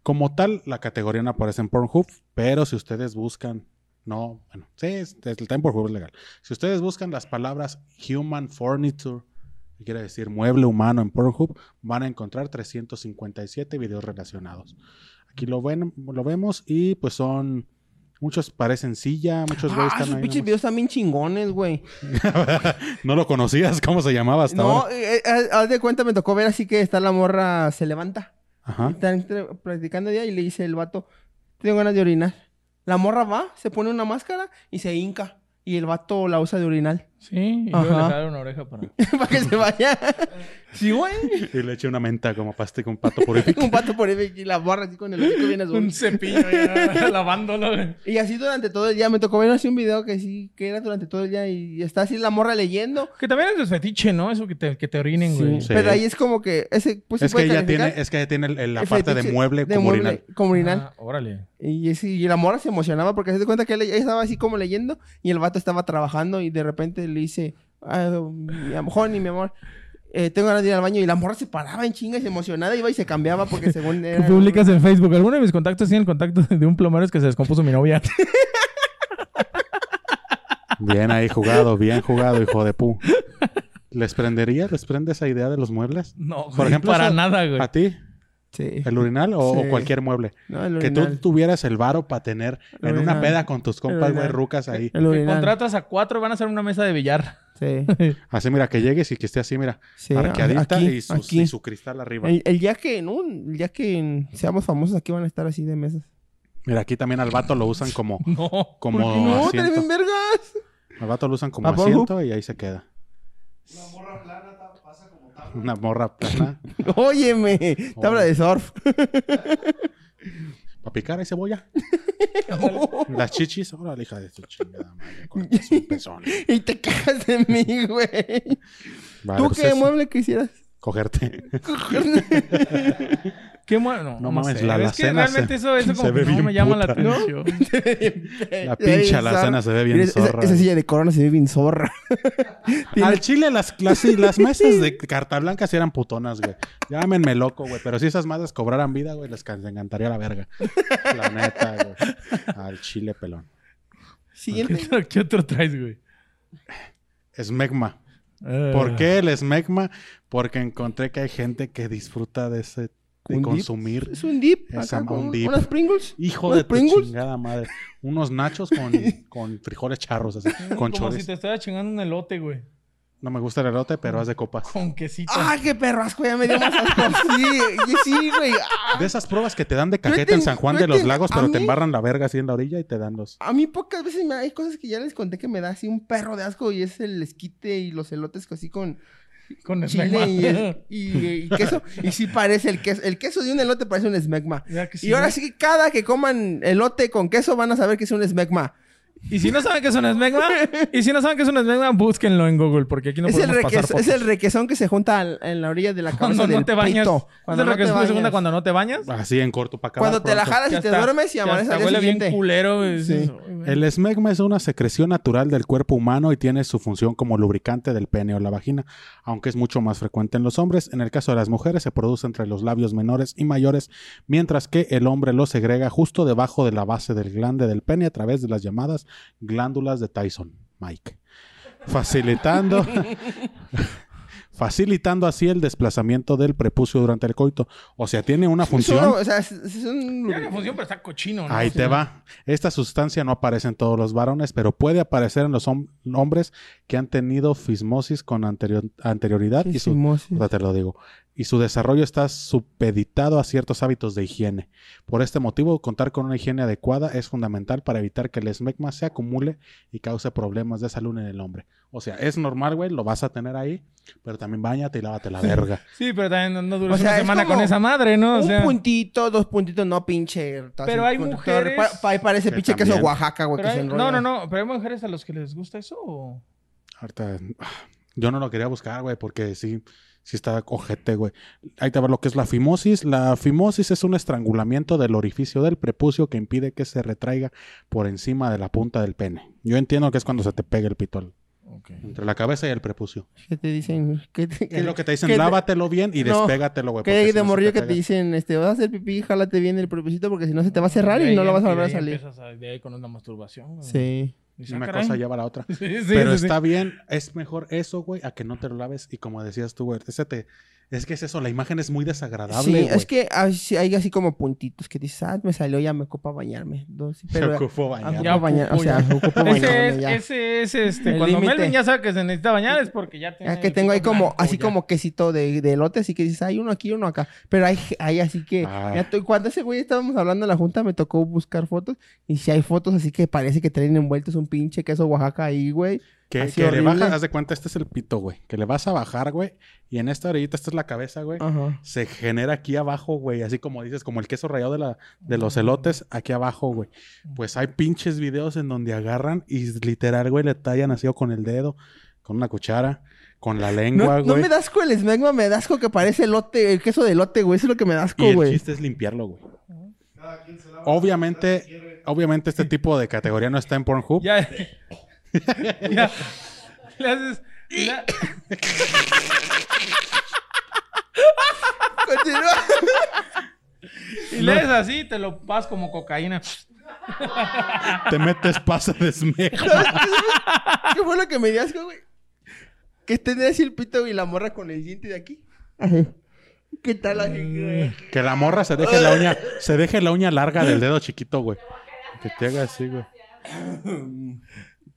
[SPEAKER 3] Como tal, la categoría no aparece en Pornhub, pero si ustedes buscan, no, bueno, sí, es- es- está en Pornhub es legal. Si ustedes buscan las palabras human furniture, que quiere decir mueble humano en Pornhub, van a encontrar 357 videos relacionados. Aquí lo ven, lo vemos y pues son muchos parecen silla, muchos güeyes
[SPEAKER 1] Ah,
[SPEAKER 3] están
[SPEAKER 1] esos
[SPEAKER 3] ahí
[SPEAKER 1] pinches
[SPEAKER 3] nomás.
[SPEAKER 1] videos también chingones, güey.
[SPEAKER 3] No lo conocías, ¿cómo se llamaba hasta
[SPEAKER 1] No,
[SPEAKER 3] ahora?
[SPEAKER 1] eh, eh, haz de cuenta, me tocó ver así que está la morra, se levanta.
[SPEAKER 3] Ajá.
[SPEAKER 1] Están tra- practicando ya y le dice el vato, tengo ganas de orinar. La morra va, se pone una máscara y se hinca. Y el vato la usa de orinal.
[SPEAKER 2] Sí, y luego le
[SPEAKER 1] Ajá.
[SPEAKER 2] jalaron una oreja para.
[SPEAKER 1] Para que se vaya. sí, güey.
[SPEAKER 3] Y le eché una menta como paste con pato por ahí.
[SPEAKER 1] Un vato por ahí y la morra así con el hocico bien azul.
[SPEAKER 2] un cepillo ya, lavándolo, güey.
[SPEAKER 1] Y así durante todo el día. Me tocó ver así un video que sí, que era durante todo el día. Y está así la morra leyendo.
[SPEAKER 2] Que también es de fetiche, ¿no? Eso que te, que te orinen, güey.
[SPEAKER 1] Sí.
[SPEAKER 3] Sí.
[SPEAKER 1] Pero ahí es como que ese, pues, sí
[SPEAKER 3] es que
[SPEAKER 1] puede
[SPEAKER 3] ella
[SPEAKER 1] calificar.
[SPEAKER 3] tiene, es que ella tiene el- el- la
[SPEAKER 1] El
[SPEAKER 3] parte de
[SPEAKER 1] fetiche
[SPEAKER 3] mueble
[SPEAKER 1] de
[SPEAKER 3] como
[SPEAKER 1] mueble
[SPEAKER 3] urinal.
[SPEAKER 1] como orinal.
[SPEAKER 2] Ah, órale.
[SPEAKER 1] Y, ese- y la morra se emocionaba porque se dio cuenta que él, ella estaba así como leyendo y el vato estaba trabajando y de repente le dice, "Ah, mi am- honey, mi amor, eh, tengo ganas de ir al baño. Y la morra se paraba en chingas emocionada, iba y se cambiaba porque según
[SPEAKER 2] ¿Qué
[SPEAKER 1] era...
[SPEAKER 2] publicas en Facebook? Alguno de mis contactos tiene el contacto de un plomero que se descompuso mi novia.
[SPEAKER 3] Bien ahí jugado, bien jugado, hijo de pu. ¿Les prendería? ¿Les prende esa idea de los muebles?
[SPEAKER 2] No,
[SPEAKER 3] Por
[SPEAKER 2] Por
[SPEAKER 3] ejemplo,
[SPEAKER 2] para
[SPEAKER 3] eso-
[SPEAKER 2] nada, güey.
[SPEAKER 3] ¿A ti?
[SPEAKER 1] Sí.
[SPEAKER 3] ¿El urinal o, o
[SPEAKER 1] Sí.
[SPEAKER 3] cualquier mueble?
[SPEAKER 1] No, el
[SPEAKER 3] Que tú
[SPEAKER 1] urinal.
[SPEAKER 3] tuvieras el varo para tener
[SPEAKER 1] El
[SPEAKER 3] en una
[SPEAKER 1] urinal.
[SPEAKER 3] peda con tus compas,
[SPEAKER 1] El
[SPEAKER 3] güey,
[SPEAKER 1] urinal.
[SPEAKER 3] rucas ahí.
[SPEAKER 1] El
[SPEAKER 2] Te
[SPEAKER 1] urinal.
[SPEAKER 2] contratas a cuatro y van a hacer una mesa de billar.
[SPEAKER 1] Sí.
[SPEAKER 3] Así, mira, que llegues y que esté así, mira,
[SPEAKER 1] Sí,
[SPEAKER 3] arqueadita
[SPEAKER 1] aquí,
[SPEAKER 3] y, sus- y su,
[SPEAKER 1] aquí.
[SPEAKER 3] cristal arriba.
[SPEAKER 1] El, el día que, ¿no? El día que en- seamos famosos aquí van a estar así de mesas.
[SPEAKER 3] Mira, aquí también al vato lo usan como,
[SPEAKER 2] No.
[SPEAKER 3] como
[SPEAKER 1] ¿Por qué no? ¡Te
[SPEAKER 3] asiento.
[SPEAKER 1] ven vergas!
[SPEAKER 3] Al vato lo usan como
[SPEAKER 1] ¿A poco?
[SPEAKER 3] asiento y ahí se queda. Una morra plana.
[SPEAKER 1] Óyeme, tabla de surf.
[SPEAKER 3] ¿Para picar hay cebolla? Las chichis, ahora la hija de su chingada madre, cortas un pezón.
[SPEAKER 1] y te cagas de mí, güey.
[SPEAKER 3] Vale,
[SPEAKER 1] ¿Tú
[SPEAKER 3] pues
[SPEAKER 1] qué
[SPEAKER 3] eso,
[SPEAKER 1] mueble quisieras?
[SPEAKER 3] Cogerte.
[SPEAKER 2] Qué bueno. No,
[SPEAKER 3] No
[SPEAKER 2] no,
[SPEAKER 3] mames,
[SPEAKER 2] sé.
[SPEAKER 3] la- la
[SPEAKER 2] es que
[SPEAKER 3] cena se-
[SPEAKER 2] realmente eso, eso
[SPEAKER 3] se
[SPEAKER 2] como
[SPEAKER 3] ve
[SPEAKER 2] que no
[SPEAKER 3] bien
[SPEAKER 2] me llama la
[SPEAKER 3] puta, ¿no?
[SPEAKER 2] atención.
[SPEAKER 1] la
[SPEAKER 3] pincha alacena se ve bien zorra,
[SPEAKER 1] Esa,
[SPEAKER 3] güey.
[SPEAKER 1] silla de corona se ve bien zorra. Tiene-
[SPEAKER 3] Al chile, las, las, las mesas de carta blanca sí eran putonas, güey. Llámenme loco, güey. Pero si esas madres cobraran vida, güey, les can- les encantaría la verga. La neta, güey. Al chile pelón.
[SPEAKER 1] Siguiente.
[SPEAKER 2] ¿Qué otro- ¿Qué otro traes, güey?
[SPEAKER 3] Smegma.
[SPEAKER 2] Eh,
[SPEAKER 3] ¿Por qué el smegma? Porque encontré que hay gente que disfruta de ese. de
[SPEAKER 1] ¿Un dip?
[SPEAKER 3] consumir.
[SPEAKER 1] Es un dip.
[SPEAKER 3] Esa,
[SPEAKER 1] acá, con
[SPEAKER 3] un
[SPEAKER 1] un-
[SPEAKER 3] dip.
[SPEAKER 1] Unas Pringles.
[SPEAKER 3] Hijo
[SPEAKER 1] ¿Unos
[SPEAKER 3] de tu
[SPEAKER 1] Pringles?
[SPEAKER 3] chingada madre. Unos nachos con, con frijoles charros, así. Con
[SPEAKER 2] Como si
[SPEAKER 3] chorizo.
[SPEAKER 2] te estaba chingando un elote, güey.
[SPEAKER 3] No me gusta el elote, pero haz de copas.
[SPEAKER 2] Con
[SPEAKER 3] Pues
[SPEAKER 2] quesito.
[SPEAKER 1] ¡Ah, qué perro asco! Ya me dio más asco. Sí, y sí, güey. Ah,
[SPEAKER 3] De esas pruebas que te dan de
[SPEAKER 1] Yo
[SPEAKER 3] cajeta
[SPEAKER 1] te-
[SPEAKER 3] en San Juan
[SPEAKER 1] yo
[SPEAKER 3] de los
[SPEAKER 1] te-
[SPEAKER 3] Lagos,
[SPEAKER 1] a
[SPEAKER 3] pero te
[SPEAKER 1] mí-
[SPEAKER 3] embarran la verga así en la orilla y te dan los.
[SPEAKER 1] A mí pocas veces me hay cosas que ya les conté que me da así un perro de asco y es el esquite y los elotes que así con
[SPEAKER 2] con esmegma.
[SPEAKER 1] chile y, y- y queso. Y sí parece el queso. El queso de un elote parece un smegma.
[SPEAKER 2] Ya que sí,
[SPEAKER 1] y ahora
[SPEAKER 2] ¿no?
[SPEAKER 1] sí que cada que coman elote con queso van a saber que es un smegma.
[SPEAKER 2] Y si no saben que es un esmegma, y si no saben que es un esmegma, búsquenlo en Google, porque aquí no
[SPEAKER 1] es, el
[SPEAKER 2] podemos pasar
[SPEAKER 1] requez-
[SPEAKER 2] fotos.
[SPEAKER 1] es el requesón que se junta al- en la orilla de la cabeza
[SPEAKER 2] cuando no
[SPEAKER 1] del
[SPEAKER 2] te bañas.
[SPEAKER 1] pito.
[SPEAKER 2] Cuando no te
[SPEAKER 1] bañas.
[SPEAKER 2] segunda cuando no te bañas.
[SPEAKER 3] Así en corto para acabar.
[SPEAKER 1] Cuando te la
[SPEAKER 3] pronto.
[SPEAKER 1] jalas
[SPEAKER 2] que
[SPEAKER 1] y te
[SPEAKER 2] hasta-
[SPEAKER 1] duermes y
[SPEAKER 2] que
[SPEAKER 1] amaneces
[SPEAKER 2] hasta
[SPEAKER 1] al día
[SPEAKER 2] huele bien
[SPEAKER 1] siguiente.
[SPEAKER 2] culero. güey.
[SPEAKER 1] Sí.
[SPEAKER 2] Dices, "Ay, güey".
[SPEAKER 3] El esmegma es una secreción natural del cuerpo humano y tiene su función como lubricante del pene o la vagina, aunque es mucho más frecuente en los hombres. En el caso de las mujeres se produce entre los labios menores y mayores, mientras que el hombre lo segrega justo debajo de la base del glande del pene a través de las llamadas glándulas de Tyson, Mike. Facilitando facilitando así el desplazamiento del prepucio durante el coito. O sea, tiene una
[SPEAKER 1] Es una-
[SPEAKER 3] función
[SPEAKER 1] o sea, es, es un...
[SPEAKER 2] Tiene una función, pero está cochino, ¿no?
[SPEAKER 3] Ahí
[SPEAKER 2] Sí.
[SPEAKER 3] te va. Esta sustancia no aparece en todos los varones, pero puede aparecer en los hom- hombres que han tenido fismosis con anterior- anterioridad y su,
[SPEAKER 1] Fisimosis.
[SPEAKER 3] ahorita te lo digo, y su desarrollo está supeditado a ciertos hábitos de higiene. Por este motivo, contar con una higiene adecuada es fundamental para evitar que el esmegma se acumule y cause problemas de salud en el hombre. O sea, es normal, güey, lo vas a tener ahí, pero también bañate y lávate la verga.
[SPEAKER 2] Sí, pero también no, no
[SPEAKER 1] O
[SPEAKER 2] duras
[SPEAKER 1] sea,
[SPEAKER 2] una
[SPEAKER 1] es
[SPEAKER 2] semana
[SPEAKER 1] como
[SPEAKER 2] con esa madre, ¿no? O
[SPEAKER 1] un
[SPEAKER 2] sea,
[SPEAKER 1] puntito, dos puntitos, no pinche. estás
[SPEAKER 2] Pero
[SPEAKER 1] en
[SPEAKER 2] hay
[SPEAKER 1] contra-
[SPEAKER 2] mujeres
[SPEAKER 1] pa- pa- parece
[SPEAKER 3] que
[SPEAKER 1] pinche queso
[SPEAKER 3] también.
[SPEAKER 1] Oaxaca, güey,
[SPEAKER 2] pero
[SPEAKER 1] que se
[SPEAKER 2] hay-
[SPEAKER 1] enrolla.
[SPEAKER 2] no, no, no. Pero hay mujeres a los que les gusta eso. o?
[SPEAKER 3] Ahorita, ah, yo no lo quería buscar, güey, porque sí, sí está ojete, güey. Ahí te va lo que es la fimosis. La fimosis es un estrangulamiento del orificio del prepucio que impide que se retraiga por encima de la punta del pene. Yo entiendo que es cuando se te pega el pitol. Entre la cabeza y el prepucio.
[SPEAKER 1] ¿Qué te dicen? ¿Qué, te-
[SPEAKER 3] Es lo que te
[SPEAKER 1] qué
[SPEAKER 3] dicen, lávatelo bien y
[SPEAKER 1] No.
[SPEAKER 3] despégatelo, güey.
[SPEAKER 1] ¿Qué
[SPEAKER 3] porque
[SPEAKER 1] hay
[SPEAKER 3] si
[SPEAKER 1] de
[SPEAKER 3] no se
[SPEAKER 1] morrillo que te
[SPEAKER 3] pega.
[SPEAKER 1] dicen? Este, vas a hacer pipí, jálate bien el propósito porque si no se te va a cerrar
[SPEAKER 2] De
[SPEAKER 1] y
[SPEAKER 2] ahí
[SPEAKER 1] no lo vas a
[SPEAKER 2] em-
[SPEAKER 1] volver a
[SPEAKER 2] de ahí
[SPEAKER 1] salir.
[SPEAKER 2] empiezas a- de ahí con una masturbación. güey.
[SPEAKER 1] Sí.
[SPEAKER 2] Dices,
[SPEAKER 3] Una
[SPEAKER 2] "Ah,
[SPEAKER 3] cosa
[SPEAKER 2] caray".
[SPEAKER 3] lleva a la otra.
[SPEAKER 2] Sí, sí,
[SPEAKER 3] Pero
[SPEAKER 2] sí, sí.
[SPEAKER 3] está bien, es mejor eso, güey, a que no te lo laves. Y como decías tú, güey, ese te- es que es eso, la imagen es muy desagradable.
[SPEAKER 1] Sí,
[SPEAKER 3] güey.
[SPEAKER 1] es que así- hay así como puntitos que dices, ah, me salió, ya me ocupa bañarme. Dos, pero,
[SPEAKER 3] se ocupó
[SPEAKER 1] ah, me
[SPEAKER 3] bañar.
[SPEAKER 1] ocupa
[SPEAKER 2] Ya
[SPEAKER 1] bañar, o
[SPEAKER 2] ocupo
[SPEAKER 1] sea,
[SPEAKER 2] ya.
[SPEAKER 1] me ocupa
[SPEAKER 2] Ese es,
[SPEAKER 1] bañarme ya.
[SPEAKER 2] ese es este.
[SPEAKER 1] El
[SPEAKER 2] cuando
[SPEAKER 1] límite.
[SPEAKER 2] Melvin ya sabe que se necesita bañar es porque ya tiene.
[SPEAKER 1] Ya Ah, que
[SPEAKER 2] el
[SPEAKER 1] tengo ahí
[SPEAKER 2] pito
[SPEAKER 1] como,
[SPEAKER 2] blanco,
[SPEAKER 1] así
[SPEAKER 2] ya.
[SPEAKER 1] como quesito de, de elote, así que dices, hay uno aquí, uno acá. Pero hay, hay así que,
[SPEAKER 3] Ah.
[SPEAKER 1] ya estoy- cuando ese güey estábamos hablando en la junta, me tocó buscar fotos. Y si hay fotos así que parece que traen envueltos un pinche queso Oaxaca ahí, güey.
[SPEAKER 3] Que,
[SPEAKER 1] Así
[SPEAKER 3] que le
[SPEAKER 1] horrible.
[SPEAKER 3] bajas, haz de cuenta, este es el pito, güey. Que le vas a bajar, güey. Y en esta orillita, esta es la cabeza, güey.
[SPEAKER 1] Ajá.
[SPEAKER 3] Se genera aquí abajo, güey. Así como dices, como el queso rayado de, la, de los elotes, aquí abajo, güey. Pues hay pinches videos en donde agarran y literal, güey, le tallan así o con el dedo, con una cuchara, con la
[SPEAKER 1] No,
[SPEAKER 3] lengua,
[SPEAKER 1] no
[SPEAKER 3] güey.
[SPEAKER 1] me das con el esmegma, me das con que parece elote, el queso de elote, güey. Eso es lo que me das
[SPEAKER 3] y
[SPEAKER 1] con,
[SPEAKER 3] el
[SPEAKER 1] güey.
[SPEAKER 3] chiste es limpiarlo, güey. Obviamente, obviamente este tipo de categoría no está en Pornhub.
[SPEAKER 2] Ya. ya. Le haces. la-
[SPEAKER 1] Continúa.
[SPEAKER 2] y le haces así, te lo pasas como cocaína.
[SPEAKER 3] Te metes pasa de esmeja.
[SPEAKER 1] ¿Qué fue lo que me di asco, güey? Que tenía así el pito y la morra con el diente de aquí. ¿Qué tal así, güey?
[SPEAKER 3] Que la morra se deje la uña, se deje la uña larga del dedo chiquito, güey. Que te haga así, güey.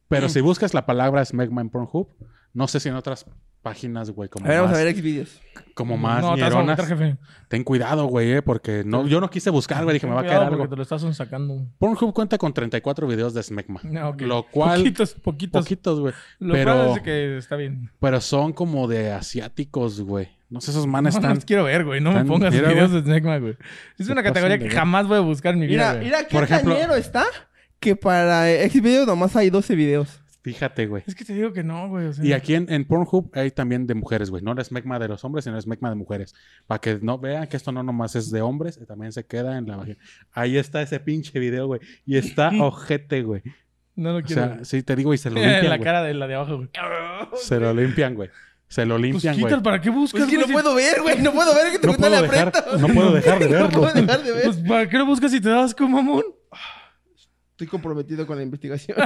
[SPEAKER 3] Pero si buscas la palabra smegma en Pornhub, no sé si en otras páginas, güey, como
[SPEAKER 1] A ver, vamos
[SPEAKER 3] más,
[SPEAKER 1] a ver Xvideos.
[SPEAKER 3] como más
[SPEAKER 2] no, te vas a
[SPEAKER 3] ñeronas.
[SPEAKER 2] vomitar, jefe.
[SPEAKER 3] Ten cuidado, güey, eh, porque no, yo no quise buscar, güey, dije, me va a
[SPEAKER 2] Cuidado
[SPEAKER 3] quedar
[SPEAKER 2] porque
[SPEAKER 3] algo.
[SPEAKER 2] te lo estás sacando.
[SPEAKER 3] Pornhub cuenta con 34 videos de smegma.
[SPEAKER 2] No, ok.
[SPEAKER 3] Lo cual,
[SPEAKER 2] Poquitos, poquitos.
[SPEAKER 3] poquitos, güey.
[SPEAKER 2] Lo cual
[SPEAKER 3] Pero,
[SPEAKER 2] es que está bien.
[SPEAKER 3] pero son como de asiáticos, güey. No sé, esos manes
[SPEAKER 2] No, no
[SPEAKER 3] están...
[SPEAKER 2] los quiero ver, güey. No me
[SPEAKER 3] están-
[SPEAKER 2] pongas
[SPEAKER 3] mira,
[SPEAKER 2] videos de Snegma, güey. Es
[SPEAKER 3] Se
[SPEAKER 2] una
[SPEAKER 3] pasan
[SPEAKER 2] categoría
[SPEAKER 3] de
[SPEAKER 2] que
[SPEAKER 3] ver.
[SPEAKER 2] jamás voy a buscar en mi vida,
[SPEAKER 1] Mira,
[SPEAKER 2] güey.
[SPEAKER 1] mira qué
[SPEAKER 3] Por ejemplo-
[SPEAKER 1] cañero está que para Xvideos nomás hay 12 videos.
[SPEAKER 3] Fíjate, güey.
[SPEAKER 2] Es que te digo que no, güey. o sea.
[SPEAKER 3] Y aquí en, en Pornhub hay también de mujeres, güey. No la esmegma de los hombres, sino la esmegma de mujeres. Para que no vean que esto no nomás es de hombres, eh, también se queda en la vagina. Ahí está ese pinche video, güey. Y está ojete, güey.
[SPEAKER 2] No lo
[SPEAKER 3] O
[SPEAKER 2] quiero.
[SPEAKER 3] sea,
[SPEAKER 2] ver.
[SPEAKER 3] sí te digo, y se lo
[SPEAKER 2] la
[SPEAKER 3] limpian, güey.
[SPEAKER 2] cara de la de abajo, güey.
[SPEAKER 3] Se lo limpian, güey. Se lo
[SPEAKER 2] Pues
[SPEAKER 3] limpian, güey.
[SPEAKER 2] quítalo, ¿para qué buscas?
[SPEAKER 1] Pues es que no
[SPEAKER 2] güey? Si-
[SPEAKER 1] puedo ver, güey. No puedo ver que te
[SPEAKER 3] No
[SPEAKER 1] gusta
[SPEAKER 3] puedo,
[SPEAKER 1] la
[SPEAKER 3] dejar,
[SPEAKER 1] frente.
[SPEAKER 3] no puedo dejar de
[SPEAKER 1] No
[SPEAKER 3] verlo.
[SPEAKER 1] puedo dejar de ver.
[SPEAKER 2] Pues, ¿para qué lo buscas si te das como mamón?
[SPEAKER 1] Estoy comprometido con la investigación.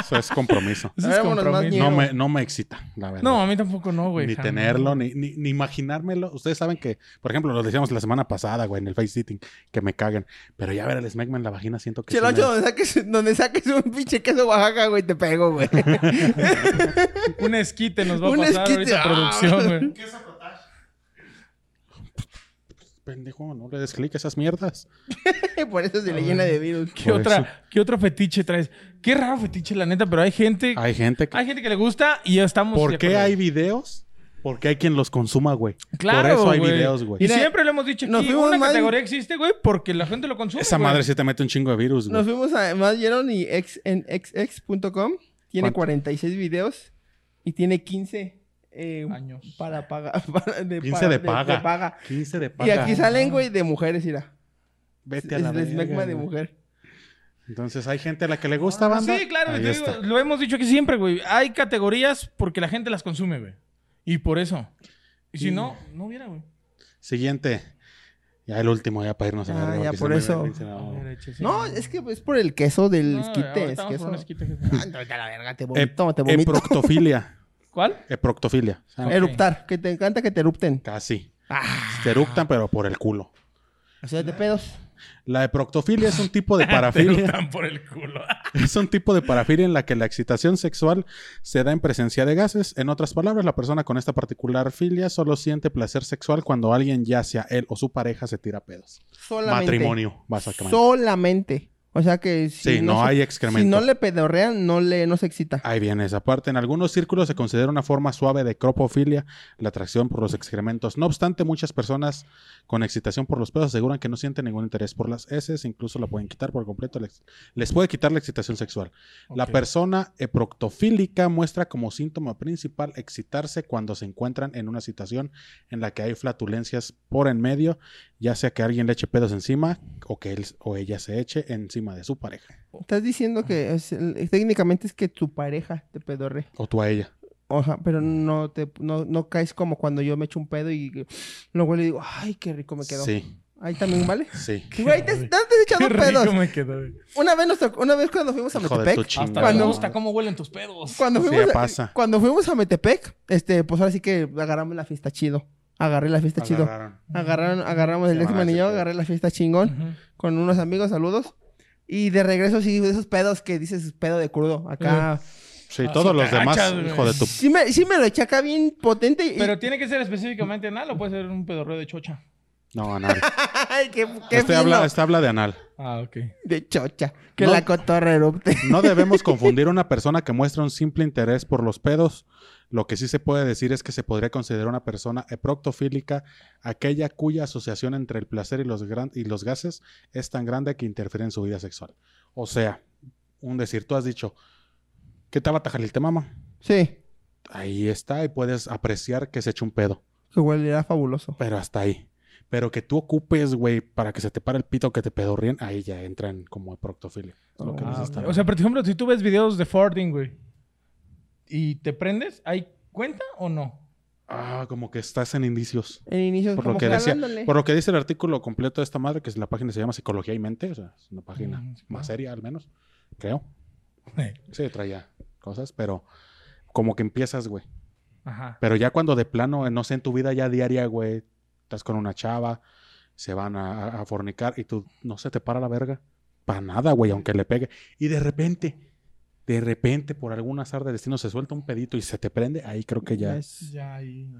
[SPEAKER 3] Eso es compromiso.
[SPEAKER 2] Eso
[SPEAKER 1] A
[SPEAKER 2] es
[SPEAKER 1] ver, vámonos, más
[SPEAKER 2] compromiso.
[SPEAKER 1] ñero.
[SPEAKER 3] No me, no me excita, la verdad.
[SPEAKER 2] No, a mí tampoco no, güey.
[SPEAKER 3] ni
[SPEAKER 2] jamás.
[SPEAKER 3] tenerlo, ni, ni, ni imaginármelo. Ustedes saben que, por ejemplo, lo decíamos la semana pasada, güey, en el face sitting, que me cagan. Pero ya ver el smegma en la vagina siento que. sí me-
[SPEAKER 1] Chelocho, donde saques, donde saques un pinche queso Oaxaca, güey, te pego, güey.
[SPEAKER 2] Un esquite nos va a
[SPEAKER 1] Un
[SPEAKER 2] pasar
[SPEAKER 1] esquite,
[SPEAKER 2] ahorita
[SPEAKER 1] ah.
[SPEAKER 2] producción, güey.
[SPEAKER 3] Pendejo, no le des clic a esas mierdas.
[SPEAKER 1] Por eso se le
[SPEAKER 3] Ah,
[SPEAKER 1] llena de virus.
[SPEAKER 2] ¿Qué
[SPEAKER 3] Por
[SPEAKER 2] otra,
[SPEAKER 3] eso.
[SPEAKER 2] ¿Qué otro fetiche traes? Qué raro fetiche, la neta, pero hay gente, hay,
[SPEAKER 3] Hay gente que.
[SPEAKER 2] gente que le gusta y ya estamos. de
[SPEAKER 3] ¿Por qué
[SPEAKER 2] acuerdo.
[SPEAKER 3] hay videos? Porque hay quien los consuma, güey.
[SPEAKER 2] Claro,
[SPEAKER 3] Por eso hay
[SPEAKER 2] güey.
[SPEAKER 3] videos, güey.
[SPEAKER 2] Y
[SPEAKER 1] Mira,
[SPEAKER 2] siempre lo hemos dicho
[SPEAKER 1] nos
[SPEAKER 2] aquí,
[SPEAKER 1] fuimos
[SPEAKER 2] una
[SPEAKER 1] mal.
[SPEAKER 2] categoría existe, güey, porque la gente lo consume.
[SPEAKER 3] Esa
[SPEAKER 2] güey.
[SPEAKER 3] madre sí te mete un chingo de virus,
[SPEAKER 1] Nos
[SPEAKER 3] güey.
[SPEAKER 1] fuimos a más Yeron y ex, en xx.com. Tiene
[SPEAKER 3] ¿Cuánto?
[SPEAKER 1] 46 videos y tiene 15 eh,
[SPEAKER 2] Años.
[SPEAKER 1] para pagar. para- de
[SPEAKER 3] 15 de
[SPEAKER 1] paga.
[SPEAKER 3] paga. 15 de paga.
[SPEAKER 1] Y aquí salen, güey, de mujeres, mira. Es
[SPEAKER 3] Vete a la
[SPEAKER 1] el
[SPEAKER 3] verga,
[SPEAKER 1] smegma de
[SPEAKER 3] güey.
[SPEAKER 1] mujer.
[SPEAKER 3] Entonces hay gente a la que le
[SPEAKER 1] Ah,
[SPEAKER 3] gusta banda.
[SPEAKER 2] Sí, claro,
[SPEAKER 3] Ahí
[SPEAKER 2] te
[SPEAKER 3] está.
[SPEAKER 2] digo, lo hemos dicho aquí siempre, güey. Hay categorías porque la gente las consume, güey. Y por eso. Y si
[SPEAKER 3] Y-
[SPEAKER 2] no, no hubiera, güey.
[SPEAKER 3] Siguiente. Ya el último, ya para irnos a la
[SPEAKER 1] Ah,
[SPEAKER 3] verga,
[SPEAKER 1] ya
[SPEAKER 3] porque se
[SPEAKER 1] por
[SPEAKER 3] me-
[SPEAKER 1] eso.
[SPEAKER 3] se me-
[SPEAKER 2] Hubiera hecho ese-
[SPEAKER 1] No, es que es por el queso del
[SPEAKER 2] No,
[SPEAKER 1] esquite.
[SPEAKER 2] ahorita
[SPEAKER 1] Es
[SPEAKER 2] vamos por
[SPEAKER 1] queso.
[SPEAKER 2] un esquite, jefe.
[SPEAKER 1] Ah, vete a la verga, te
[SPEAKER 3] Eh,
[SPEAKER 1] vomito, te vomito.
[SPEAKER 3] Eproctofilia.
[SPEAKER 2] ¿Cuál?
[SPEAKER 3] Eproctofilia.
[SPEAKER 2] ok.
[SPEAKER 1] Eruptar, que te encanta que te erupten.
[SPEAKER 3] Casi.
[SPEAKER 1] Ah,
[SPEAKER 3] Te eructan, pero por el culo.
[SPEAKER 1] o sea, de pedos.
[SPEAKER 3] La eproctofilia es un tipo de
[SPEAKER 2] Te lo
[SPEAKER 3] parafilia.
[SPEAKER 2] dan por el culo.
[SPEAKER 3] Es un tipo de parafilia en la que la excitación sexual se da en presencia de gases. En otras palabras, la persona con esta particular filia solo siente placer sexual cuando alguien, ya sea él o su pareja, se tira pedos.
[SPEAKER 1] Solamente.
[SPEAKER 3] Matrimonio, básicamente.
[SPEAKER 1] Solamente. O sea que si
[SPEAKER 3] Sí, no
[SPEAKER 1] se-
[SPEAKER 3] hay excremento.
[SPEAKER 1] Si no le pedorrean, no le no se excita.
[SPEAKER 3] Ahí viene esa parte. En algunos círculos se considera una forma suave de cropofilia la atracción por los excrementos. No obstante, muchas personas con excitación por los pedos aseguran que no sienten ningún interés por las heces, incluso la pueden quitar por completo. Les- Les puede quitar la excitación sexual. La
[SPEAKER 2] Ok.
[SPEAKER 3] persona eproctofílica muestra como síntoma principal excitarse cuando se encuentran en una situación en la que hay flatulencias por en medio, ya sea que alguien le eche pedos encima o que él o ella se eche encima de su pareja
[SPEAKER 1] Estás diciendo que es el- técnicamente es que tu pareja te pedorre.
[SPEAKER 3] o tú a ella.
[SPEAKER 1] Oja, pero no te no, no caes como cuando yo me echo un pedo y luego le digo, ay, qué rico me quedó.
[SPEAKER 3] Sí,
[SPEAKER 1] Ahí también vale.
[SPEAKER 3] sí.
[SPEAKER 1] Güey, te, no te has echado
[SPEAKER 2] Qué rico
[SPEAKER 1] pedos.
[SPEAKER 2] me quedó. güey.
[SPEAKER 1] Una vez, nos tocó- una vez cuando fuimos a
[SPEAKER 3] Hijo de tu
[SPEAKER 1] Metepec,
[SPEAKER 3] chingada
[SPEAKER 2] Hasta
[SPEAKER 1] Cuando-
[SPEAKER 2] me
[SPEAKER 3] madre.
[SPEAKER 2] gusta cómo huelen tus pedos.
[SPEAKER 1] cuando
[SPEAKER 3] Sí,
[SPEAKER 1] fuimos,
[SPEAKER 3] pasa.
[SPEAKER 1] cuando fuimos a Metepec, este, pues ahora sí que agarramos la fiesta chido. Agarré la fiesta chido.
[SPEAKER 3] Agarraron.
[SPEAKER 1] Agarraron, agarramos el
[SPEAKER 3] Qué
[SPEAKER 1] décimo
[SPEAKER 3] mala
[SPEAKER 1] anillo,
[SPEAKER 3] suerte.
[SPEAKER 1] agarré la fiesta chingón
[SPEAKER 2] Ujú.
[SPEAKER 1] con unos amigos, saludos. Y de regreso sí, de esos pedos que dices pedo de crudo. Acá.
[SPEAKER 3] Sí,
[SPEAKER 2] Ah,
[SPEAKER 3] todos
[SPEAKER 2] sí,
[SPEAKER 3] los
[SPEAKER 2] te
[SPEAKER 3] demás,
[SPEAKER 2] agachas, güey.
[SPEAKER 3] hijo de tu...
[SPEAKER 1] Sí me, sí me lo eché acá bien potente y.
[SPEAKER 2] Pero tiene que ser específicamente anal o puede ser un pedorreo de chocha.
[SPEAKER 3] No, anal.
[SPEAKER 1] Ay, qué, qué
[SPEAKER 3] Este
[SPEAKER 1] fino.
[SPEAKER 3] habla, este habla de anal.
[SPEAKER 2] Ah, ok.
[SPEAKER 1] De chocha. Que
[SPEAKER 3] No.
[SPEAKER 1] la cotorra erupte.
[SPEAKER 3] No debemos confundir una persona que muestra un simple interés por los pedos. Lo que sí se puede decir es que se podría considerar una persona eproctofílica aquella cuya asociación entre el placer y los, gran- y los gases es tan grande que interfiere en su vida sexual. O sea, un decir, tú has dicho, ¿qué te va a tajar el tema, mamá?
[SPEAKER 1] Sí.
[SPEAKER 3] Ahí está y puedes apreciar que se echa un pedo,
[SPEAKER 1] Que huele fabuloso.
[SPEAKER 3] pero hasta ahí. Pero que tú ocupes, güey, para que se te pare el pito que te pedorrien, ahí ya entran como eproctofilia. Lo que
[SPEAKER 1] Ah,
[SPEAKER 3] les
[SPEAKER 2] Ah,
[SPEAKER 3] está
[SPEAKER 2] ok. O sea, por ejemplo, si tú ves videos de Fording, güey, y te prendes, ¿hay cuenta o no?
[SPEAKER 3] Ah, como que estás en indicios.
[SPEAKER 1] El inicio
[SPEAKER 3] por
[SPEAKER 1] como
[SPEAKER 3] lo que decía,
[SPEAKER 1] jalándole.
[SPEAKER 3] por lo que dice el artículo completo de esta madre, que es la página se llama Psicología y Mente, o sea, es una página
[SPEAKER 2] Ujú, Mm, sí, claro.
[SPEAKER 3] más seria al menos, creo.
[SPEAKER 2] Eh.
[SPEAKER 3] Sí, traía cosas, pero como que empiezas, güey.
[SPEAKER 2] Ajá.
[SPEAKER 3] Pero ya cuando de plano, eh, no sé, en tu vida ya diaria, güey, estás con una chava, se van a, a- a fornicar y tú no se te para la verga. Para nada, güey, aunque le pegue. Y de repente, de repente, por algún azar de destino, se suelta un pedito y se te prende, ahí creo que ya.
[SPEAKER 1] Es-
[SPEAKER 2] Ya ahí.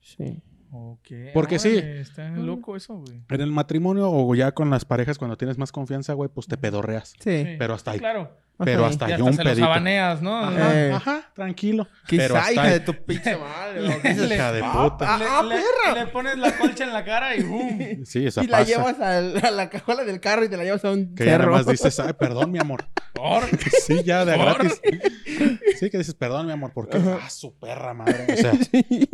[SPEAKER 1] Sí.
[SPEAKER 2] Ok.
[SPEAKER 3] Porque sí.
[SPEAKER 2] Órale, Está loco eso, güey.
[SPEAKER 3] En el matrimonio o ya con las parejas, cuando tienes más confianza, güey, pues te pedorreas.
[SPEAKER 1] Sí.
[SPEAKER 2] Sí.
[SPEAKER 3] Pero hasta ahí.
[SPEAKER 2] Claro.
[SPEAKER 3] Pero
[SPEAKER 1] ahí.
[SPEAKER 3] hasta
[SPEAKER 2] Y
[SPEAKER 3] ahí
[SPEAKER 2] hasta
[SPEAKER 3] un
[SPEAKER 2] se los
[SPEAKER 3] pedito.
[SPEAKER 2] abaneas, ¿no?
[SPEAKER 3] Ajá,
[SPEAKER 1] Eh.
[SPEAKER 3] ajá, tranquilo. pero
[SPEAKER 1] Quizá,
[SPEAKER 3] hasta
[SPEAKER 1] hija
[SPEAKER 3] ahí.
[SPEAKER 1] de tu pinche madre. lo que dices.
[SPEAKER 2] Le-
[SPEAKER 3] Hija de puta.
[SPEAKER 1] Ah, ah,
[SPEAKER 2] le- Le pones la colcha en la cara y ¡boom!
[SPEAKER 3] Sí, esa
[SPEAKER 1] Y la
[SPEAKER 3] pasa.
[SPEAKER 1] llevas al- a la cajuela del carro y te la llevas a un
[SPEAKER 3] que ya nada
[SPEAKER 1] cerro.
[SPEAKER 3] más dices, ay, perdón, mi amor.
[SPEAKER 2] Or-
[SPEAKER 3] Sí, ya de
[SPEAKER 2] Por-
[SPEAKER 3] gratis. Sí, que dices, perdón, mi amor, porque ah, su perra madre. O sea,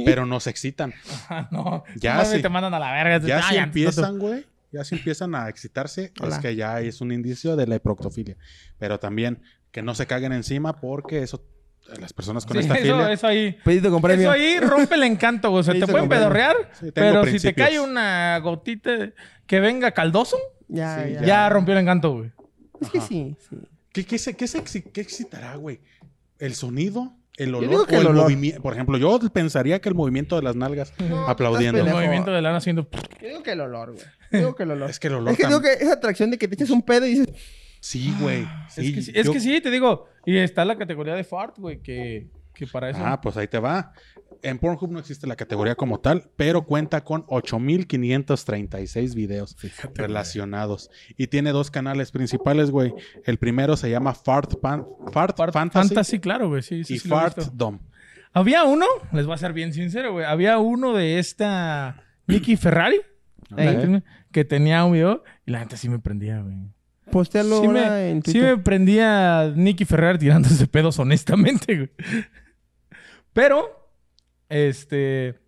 [SPEAKER 3] pero nos excitan.
[SPEAKER 2] Ah, no.
[SPEAKER 3] Ya
[SPEAKER 2] Más bien
[SPEAKER 3] sí.
[SPEAKER 2] te mandan a la verga.
[SPEAKER 3] Ya
[SPEAKER 2] Ah,
[SPEAKER 3] si
[SPEAKER 2] no, tú-
[SPEAKER 3] empiezan, güey, ya si empiezan a excitarse, es
[SPEAKER 1] Hola.
[SPEAKER 3] que ya es un indicio de la eproctofilia. Pero también que no se caguen encima porque eso, las personas con
[SPEAKER 2] Sí,
[SPEAKER 3] esta
[SPEAKER 2] eso,
[SPEAKER 3] filia.
[SPEAKER 2] eso ahí.
[SPEAKER 1] Pedito con premio.
[SPEAKER 2] Eso ahí rompe el encanto, güey. O sea,
[SPEAKER 1] Sí,
[SPEAKER 2] te
[SPEAKER 1] se
[SPEAKER 2] pueden
[SPEAKER 1] comprende.
[SPEAKER 2] pedorrear,
[SPEAKER 3] Sí, tengo
[SPEAKER 2] pero si te
[SPEAKER 3] principios.
[SPEAKER 2] cae una gotita que venga caldoso,
[SPEAKER 1] Ya,
[SPEAKER 3] Sí,
[SPEAKER 1] ya.
[SPEAKER 2] ya, rompió el encanto, güey.
[SPEAKER 1] Es que
[SPEAKER 3] Ajá.
[SPEAKER 1] sí, sí.
[SPEAKER 3] ¿Qué, qué, se- qué se exci- qué excitará, güey? ¿El sonido? ¿El
[SPEAKER 1] digo
[SPEAKER 3] olor?
[SPEAKER 1] que
[SPEAKER 3] o
[SPEAKER 1] el
[SPEAKER 3] el,
[SPEAKER 1] olor.
[SPEAKER 3] movimiento? Por ejemplo, yo pensaría que el movimiento de las nalgas aplaudiendo.
[SPEAKER 2] El
[SPEAKER 1] pendejo.
[SPEAKER 2] movimiento de lana haciendo.
[SPEAKER 1] Yo digo que el olor, güey. Yo digo que el olor.
[SPEAKER 3] Es que el olor
[SPEAKER 1] Es que digo
[SPEAKER 3] tam-
[SPEAKER 1] que esa atracción de que te echas un pedo y dices,
[SPEAKER 3] Sí, güey.
[SPEAKER 2] Ah, es, que sí, es
[SPEAKER 3] yo-
[SPEAKER 2] que sí, te digo. Y está la categoría de fart, güey, que, que para eso.
[SPEAKER 3] Ah, pues ahí te va. En Pornhub no existe la categoría como tal, pero cuenta con 8.536 videos relacionados. Y tiene dos canales principales, güey. El primero se llama Fart, Pan- Fart
[SPEAKER 2] fart
[SPEAKER 3] Fantasy,
[SPEAKER 2] fantasy. claro, güey. Sí, sí,
[SPEAKER 3] y
[SPEAKER 2] sí lo he
[SPEAKER 3] Fart
[SPEAKER 2] visto.
[SPEAKER 3] Dom.
[SPEAKER 2] Había uno, les voy a ser bien sincero, güey. Había uno de esta Nicky Ferrari la
[SPEAKER 3] Ok.
[SPEAKER 2] actriz, que tenía un video y la gente sí me prendía, güey.
[SPEAKER 1] postéalo
[SPEAKER 2] Sí
[SPEAKER 1] ahora
[SPEAKER 2] me,
[SPEAKER 1] en
[SPEAKER 2] sí
[SPEAKER 1] Twitter.
[SPEAKER 2] me prendía Nicky Ferrer tirándose pedos, honestamente, güey. Pero, este.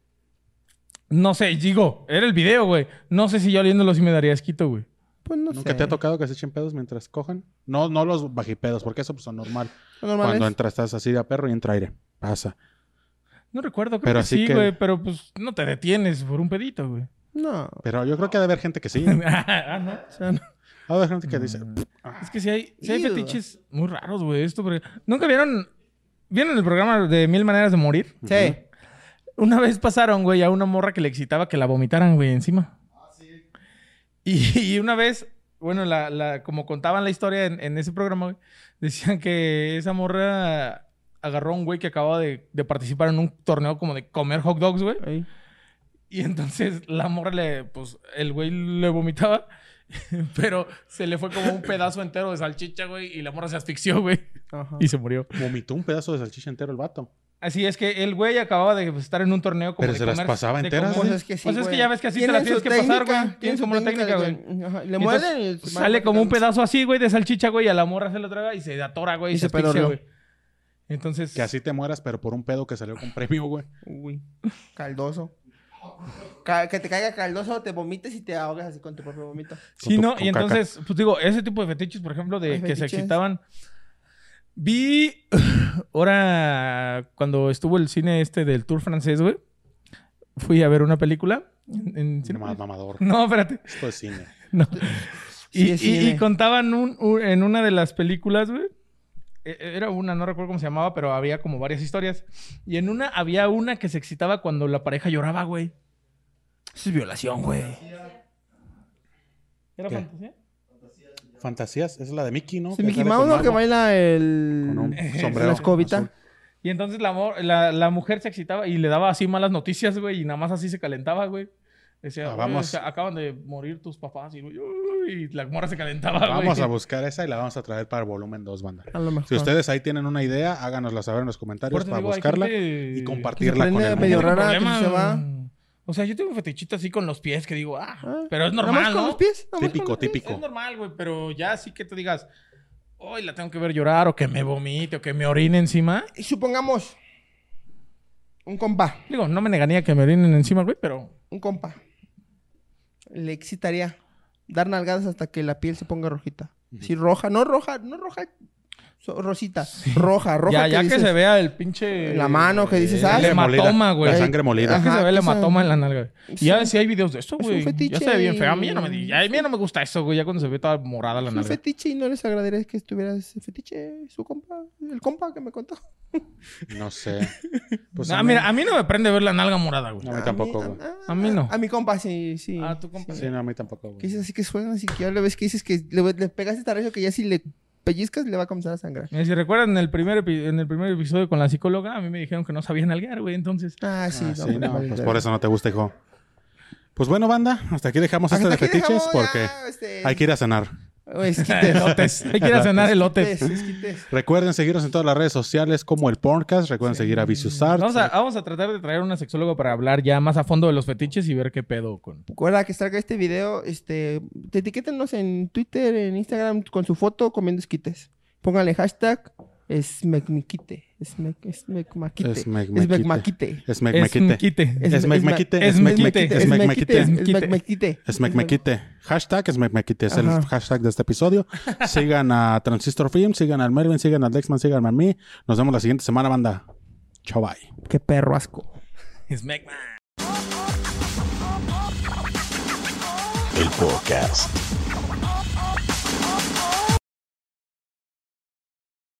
[SPEAKER 2] No sé, digo, era el video, güey. No sé si yo oliéndolo sí me daría asquito, güey.
[SPEAKER 1] Pues no
[SPEAKER 3] ¿Nunca
[SPEAKER 1] sé.
[SPEAKER 3] te ha tocado que se echen pedos mientras cojan? No, no los bajipedos, porque eso pues, son normal.
[SPEAKER 1] Lo normal
[SPEAKER 3] Cuando
[SPEAKER 1] es-
[SPEAKER 3] entras, estás así de a perro y entra aire. Pasa.
[SPEAKER 2] No recuerdo, creo
[SPEAKER 3] Pero
[SPEAKER 2] que
[SPEAKER 3] así
[SPEAKER 2] sí,
[SPEAKER 3] que-
[SPEAKER 2] güey. Pero pues no te detienes por un pedito, güey.
[SPEAKER 1] No.
[SPEAKER 3] Pero yo creo que ha de haber gente que sí.
[SPEAKER 2] ah, no.
[SPEAKER 1] O sea, no.
[SPEAKER 3] Ha de haber gente que dice.
[SPEAKER 2] Es que si hay, sí hay
[SPEAKER 1] Ew.
[SPEAKER 2] fetiches muy raros, güey. Esto, porque- ¿Nunca vieron? ¿Vieron el programa de Mil Maneras de Morir?
[SPEAKER 1] Sí.
[SPEAKER 2] Ah, Una vez pasaron, güey, a una morra que le excitaba que la vomitaran, güey, encima. Y, y una vez, bueno, la, la- como contaban la historia en, en ese programa, güey, decían que esa morra agarró a un güey que acababa de, de participar en un torneo como de comer hot dogs, güey.
[SPEAKER 6] Ey.
[SPEAKER 2] Y entonces la morra le, pues, el güey le vomitaba, pero se le fue como un pedazo entero de salchicha, güey, y la morra se asfixió, güey,
[SPEAKER 6] Ajá.
[SPEAKER 2] y se murió.
[SPEAKER 3] Vomitó un pedazo de salchicha entero el vato.
[SPEAKER 2] Así es que el güey acababa de pues, estar en un torneo como
[SPEAKER 3] Pero
[SPEAKER 2] de
[SPEAKER 3] se las
[SPEAKER 2] comer-
[SPEAKER 3] pasaba
[SPEAKER 2] de
[SPEAKER 3] enteras,
[SPEAKER 2] comer-
[SPEAKER 3] ¿eh?
[SPEAKER 6] que
[SPEAKER 2] Pues es que
[SPEAKER 6] güey.
[SPEAKER 2] ya ves que así te
[SPEAKER 6] Tienen
[SPEAKER 2] la tienes
[SPEAKER 6] su
[SPEAKER 2] que pasar,
[SPEAKER 6] técnica,
[SPEAKER 2] güey. Tienen su mala técnica, güey.
[SPEAKER 6] Ajá, Le
[SPEAKER 2] Y
[SPEAKER 6] muerden y
[SPEAKER 2] entonces pues,
[SPEAKER 6] se van
[SPEAKER 2] Sale como un
[SPEAKER 6] platicando.
[SPEAKER 2] pedazo así, güey, de salchicha, güey, y a la morra se lo traga y se atora, güey, y,
[SPEAKER 6] Y
[SPEAKER 2] se
[SPEAKER 6] se
[SPEAKER 2] asfixia,
[SPEAKER 6] pedorreó.
[SPEAKER 2] güey. Entonces,
[SPEAKER 3] Que así te mueras, pero por un pedo que salió con premio, güey.
[SPEAKER 6] Uy, caldoso. Ca- que te caiga caldoso, te vomites y te ahogas así con tu propio vómito.
[SPEAKER 2] sí,
[SPEAKER 3] tu-
[SPEAKER 2] ¿no?
[SPEAKER 3] con
[SPEAKER 2] Y entonces, pues digo, ese tipo de fetiches, por ejemplo, de
[SPEAKER 6] Hay
[SPEAKER 2] que se
[SPEAKER 6] fetiches.
[SPEAKER 2] excitaban. Vi ahora cuando estuvo el cine este del Tour francés, güey. Fui a ver una película en, en cine.
[SPEAKER 3] Mam- Mamador.
[SPEAKER 2] No, espérate.
[SPEAKER 3] Esto es cine.
[SPEAKER 2] No.
[SPEAKER 6] Sí,
[SPEAKER 2] Y,
[SPEAKER 6] es
[SPEAKER 2] y- y
[SPEAKER 6] cine.
[SPEAKER 2] contaban un- un- en una de las películas, güey. e- Era una, no recuerdo cómo se llamaba, pero había como varias historias. Y en una había una que se excitaba cuando la pareja lloraba, güey.
[SPEAKER 6] Eso es violación, güey.
[SPEAKER 2] ¿Era
[SPEAKER 3] ¿Qué?
[SPEAKER 2] fantasía?
[SPEAKER 3] Fantasías, esa es la de Mickey, ¿no?
[SPEAKER 6] Es
[SPEAKER 3] Que
[SPEAKER 6] Mickey
[SPEAKER 3] sale
[SPEAKER 6] Mouse,
[SPEAKER 3] con
[SPEAKER 6] ¿no? Que
[SPEAKER 3] mago.
[SPEAKER 6] baila
[SPEAKER 3] Con un
[SPEAKER 6] el...
[SPEAKER 3] sombrero
[SPEAKER 6] La escobita.
[SPEAKER 3] azul.
[SPEAKER 2] Y entonces la, mor- la, la mujer se excitaba y le daba así malas noticias, güey. Y nada más así se calentaba, güey. Decía,
[SPEAKER 3] Ah,
[SPEAKER 2] "Oye,
[SPEAKER 3] vamos.
[SPEAKER 2] o sea, acaban de morir tus papás. Y, güey, "Uy", y la morra se calentaba, güey.
[SPEAKER 3] Vamos a buscar esa y la vamos a traer para el volumen 2, banda.
[SPEAKER 6] Ah, A lo mejor.
[SPEAKER 3] Si ustedes ahí tienen una idea, háganosla saber en los comentarios
[SPEAKER 2] Por eso
[SPEAKER 3] para
[SPEAKER 2] digo, hay
[SPEAKER 3] buscarla
[SPEAKER 2] gente
[SPEAKER 3] y
[SPEAKER 6] que
[SPEAKER 3] compartirla
[SPEAKER 6] se
[SPEAKER 3] con el
[SPEAKER 6] prende
[SPEAKER 3] mundo.
[SPEAKER 6] medio
[SPEAKER 2] Tengo
[SPEAKER 6] rara,
[SPEAKER 2] problema.
[SPEAKER 6] que se va.
[SPEAKER 2] O sea, yo tengo un fetichito así con los pies que digo, ah,
[SPEAKER 6] Ah,
[SPEAKER 2] pero es
[SPEAKER 6] ¿Nada
[SPEAKER 2] normal,
[SPEAKER 6] más con los
[SPEAKER 2] ¿no?
[SPEAKER 6] pies? ¿Nada más
[SPEAKER 3] Típico,
[SPEAKER 6] con los pies?
[SPEAKER 3] típico.
[SPEAKER 2] Es normal, güey, pero ya sí que te digas, hoy la tengo que ver llorar o que me vomite o que me orine encima.
[SPEAKER 6] Y supongamos... Un compa.
[SPEAKER 2] Digo, no me negaría que me orinen encima, güey, pero
[SPEAKER 6] Un compa. Le excitaría dar nalgadas hasta que la piel se ponga rojita. Sí, roja. No roja, no roja... so- rosita. Roja, roja.
[SPEAKER 2] ya, ya que
[SPEAKER 6] dices,
[SPEAKER 2] se vea el pinche...
[SPEAKER 6] La mano que dices,
[SPEAKER 2] el
[SPEAKER 6] ah,
[SPEAKER 3] La sangre molida.
[SPEAKER 2] hematoma, güey.
[SPEAKER 3] La sangre
[SPEAKER 2] Ya
[SPEAKER 3] molida.
[SPEAKER 2] que
[SPEAKER 6] Ajá,
[SPEAKER 2] se ve el
[SPEAKER 6] que se-
[SPEAKER 2] hematoma en la nalga. güey. Y ya
[SPEAKER 6] Sí.
[SPEAKER 2] sí hay videos de esto,
[SPEAKER 6] un
[SPEAKER 2] güey. Ya se ve
[SPEAKER 6] fetiche
[SPEAKER 2] bien feo. A mí
[SPEAKER 6] y-
[SPEAKER 2] ya no me, di- a mí ya no me gusta eso, güey. Ya cuando se ve toda morada la
[SPEAKER 6] Es un
[SPEAKER 2] nalga.
[SPEAKER 6] fetiche y no les agradaría que estuviera ese fetiche su compa, el compa que me contó.
[SPEAKER 3] No sé. Pues
[SPEAKER 2] Ah,
[SPEAKER 3] a mí-
[SPEAKER 2] mira, a mí no me prende ver la nalga morada, güey.
[SPEAKER 3] No, a mí tampoco, güey.
[SPEAKER 2] A mí no.
[SPEAKER 6] A mi compa, sí, sí.
[SPEAKER 2] Ah, tu compa.
[SPEAKER 3] Sí, no, a mí tampoco,
[SPEAKER 6] Que
[SPEAKER 3] güey.
[SPEAKER 6] dices así que suena, así que ya le ves que dices que le, le pegaste tan recio que ya si le pellizcas le va a comenzar a sangrar.
[SPEAKER 2] Mira, si recuerdan en el, primer epi- en el primer episodio con la psicóloga, a mí me dijeron que no sabía nalguear, güey. Entonces,
[SPEAKER 6] Ah, sí.
[SPEAKER 3] Ah,
[SPEAKER 6] no,
[SPEAKER 3] sí,
[SPEAKER 6] hombre,
[SPEAKER 3] no,
[SPEAKER 6] vale,
[SPEAKER 3] pues
[SPEAKER 6] vale.
[SPEAKER 3] por eso no te gusta, hijo. Pues bueno, banda, hasta aquí dejamos
[SPEAKER 6] Hasta
[SPEAKER 3] este de
[SPEAKER 6] aquí
[SPEAKER 3] fetiches
[SPEAKER 6] dejamos
[SPEAKER 3] porque
[SPEAKER 6] ya, este,
[SPEAKER 3] hay que ir a cenar.
[SPEAKER 6] oh, esquites.
[SPEAKER 2] elotes. Hay que ir a cenar elotes.
[SPEAKER 6] Esquites, esquites.
[SPEAKER 3] Recuerden seguirnos en todas las redes sociales como el Porncast. Recuerden seguir a Vicious Arts.
[SPEAKER 2] Vamos a, vamos a tratar de traer una sexóloga para hablar ya más a fondo de los fetiches y ver qué pedo con.
[SPEAKER 6] Recuerda que salga este video, este, te etiquétenos en Twitter, en Instagram con su foto comiendo esquites. Póngale hashtag esmecmiquite, esmec- esmecmaquite,
[SPEAKER 3] Esmecmaquite.
[SPEAKER 6] esmecmaquite,
[SPEAKER 3] Es Mecmequite.
[SPEAKER 2] quite.
[SPEAKER 6] Es-
[SPEAKER 3] Es Mecmequite. Es Mecmequite. Es Mecmequite.
[SPEAKER 6] esmecmaquite.
[SPEAKER 3] Es Mecmequite. Hashtag es Mecmequite. Es el
[SPEAKER 6] Ajá.
[SPEAKER 3] hashtag de este episodio. Sigan a Transistor Film, sigan al Mervin, sigan al Lexman, sigan a mí. Nos vemos la siguiente semana, banda. Chao, bye.
[SPEAKER 6] Qué perro asco.
[SPEAKER 2] Smack, man.
[SPEAKER 4] El podcast.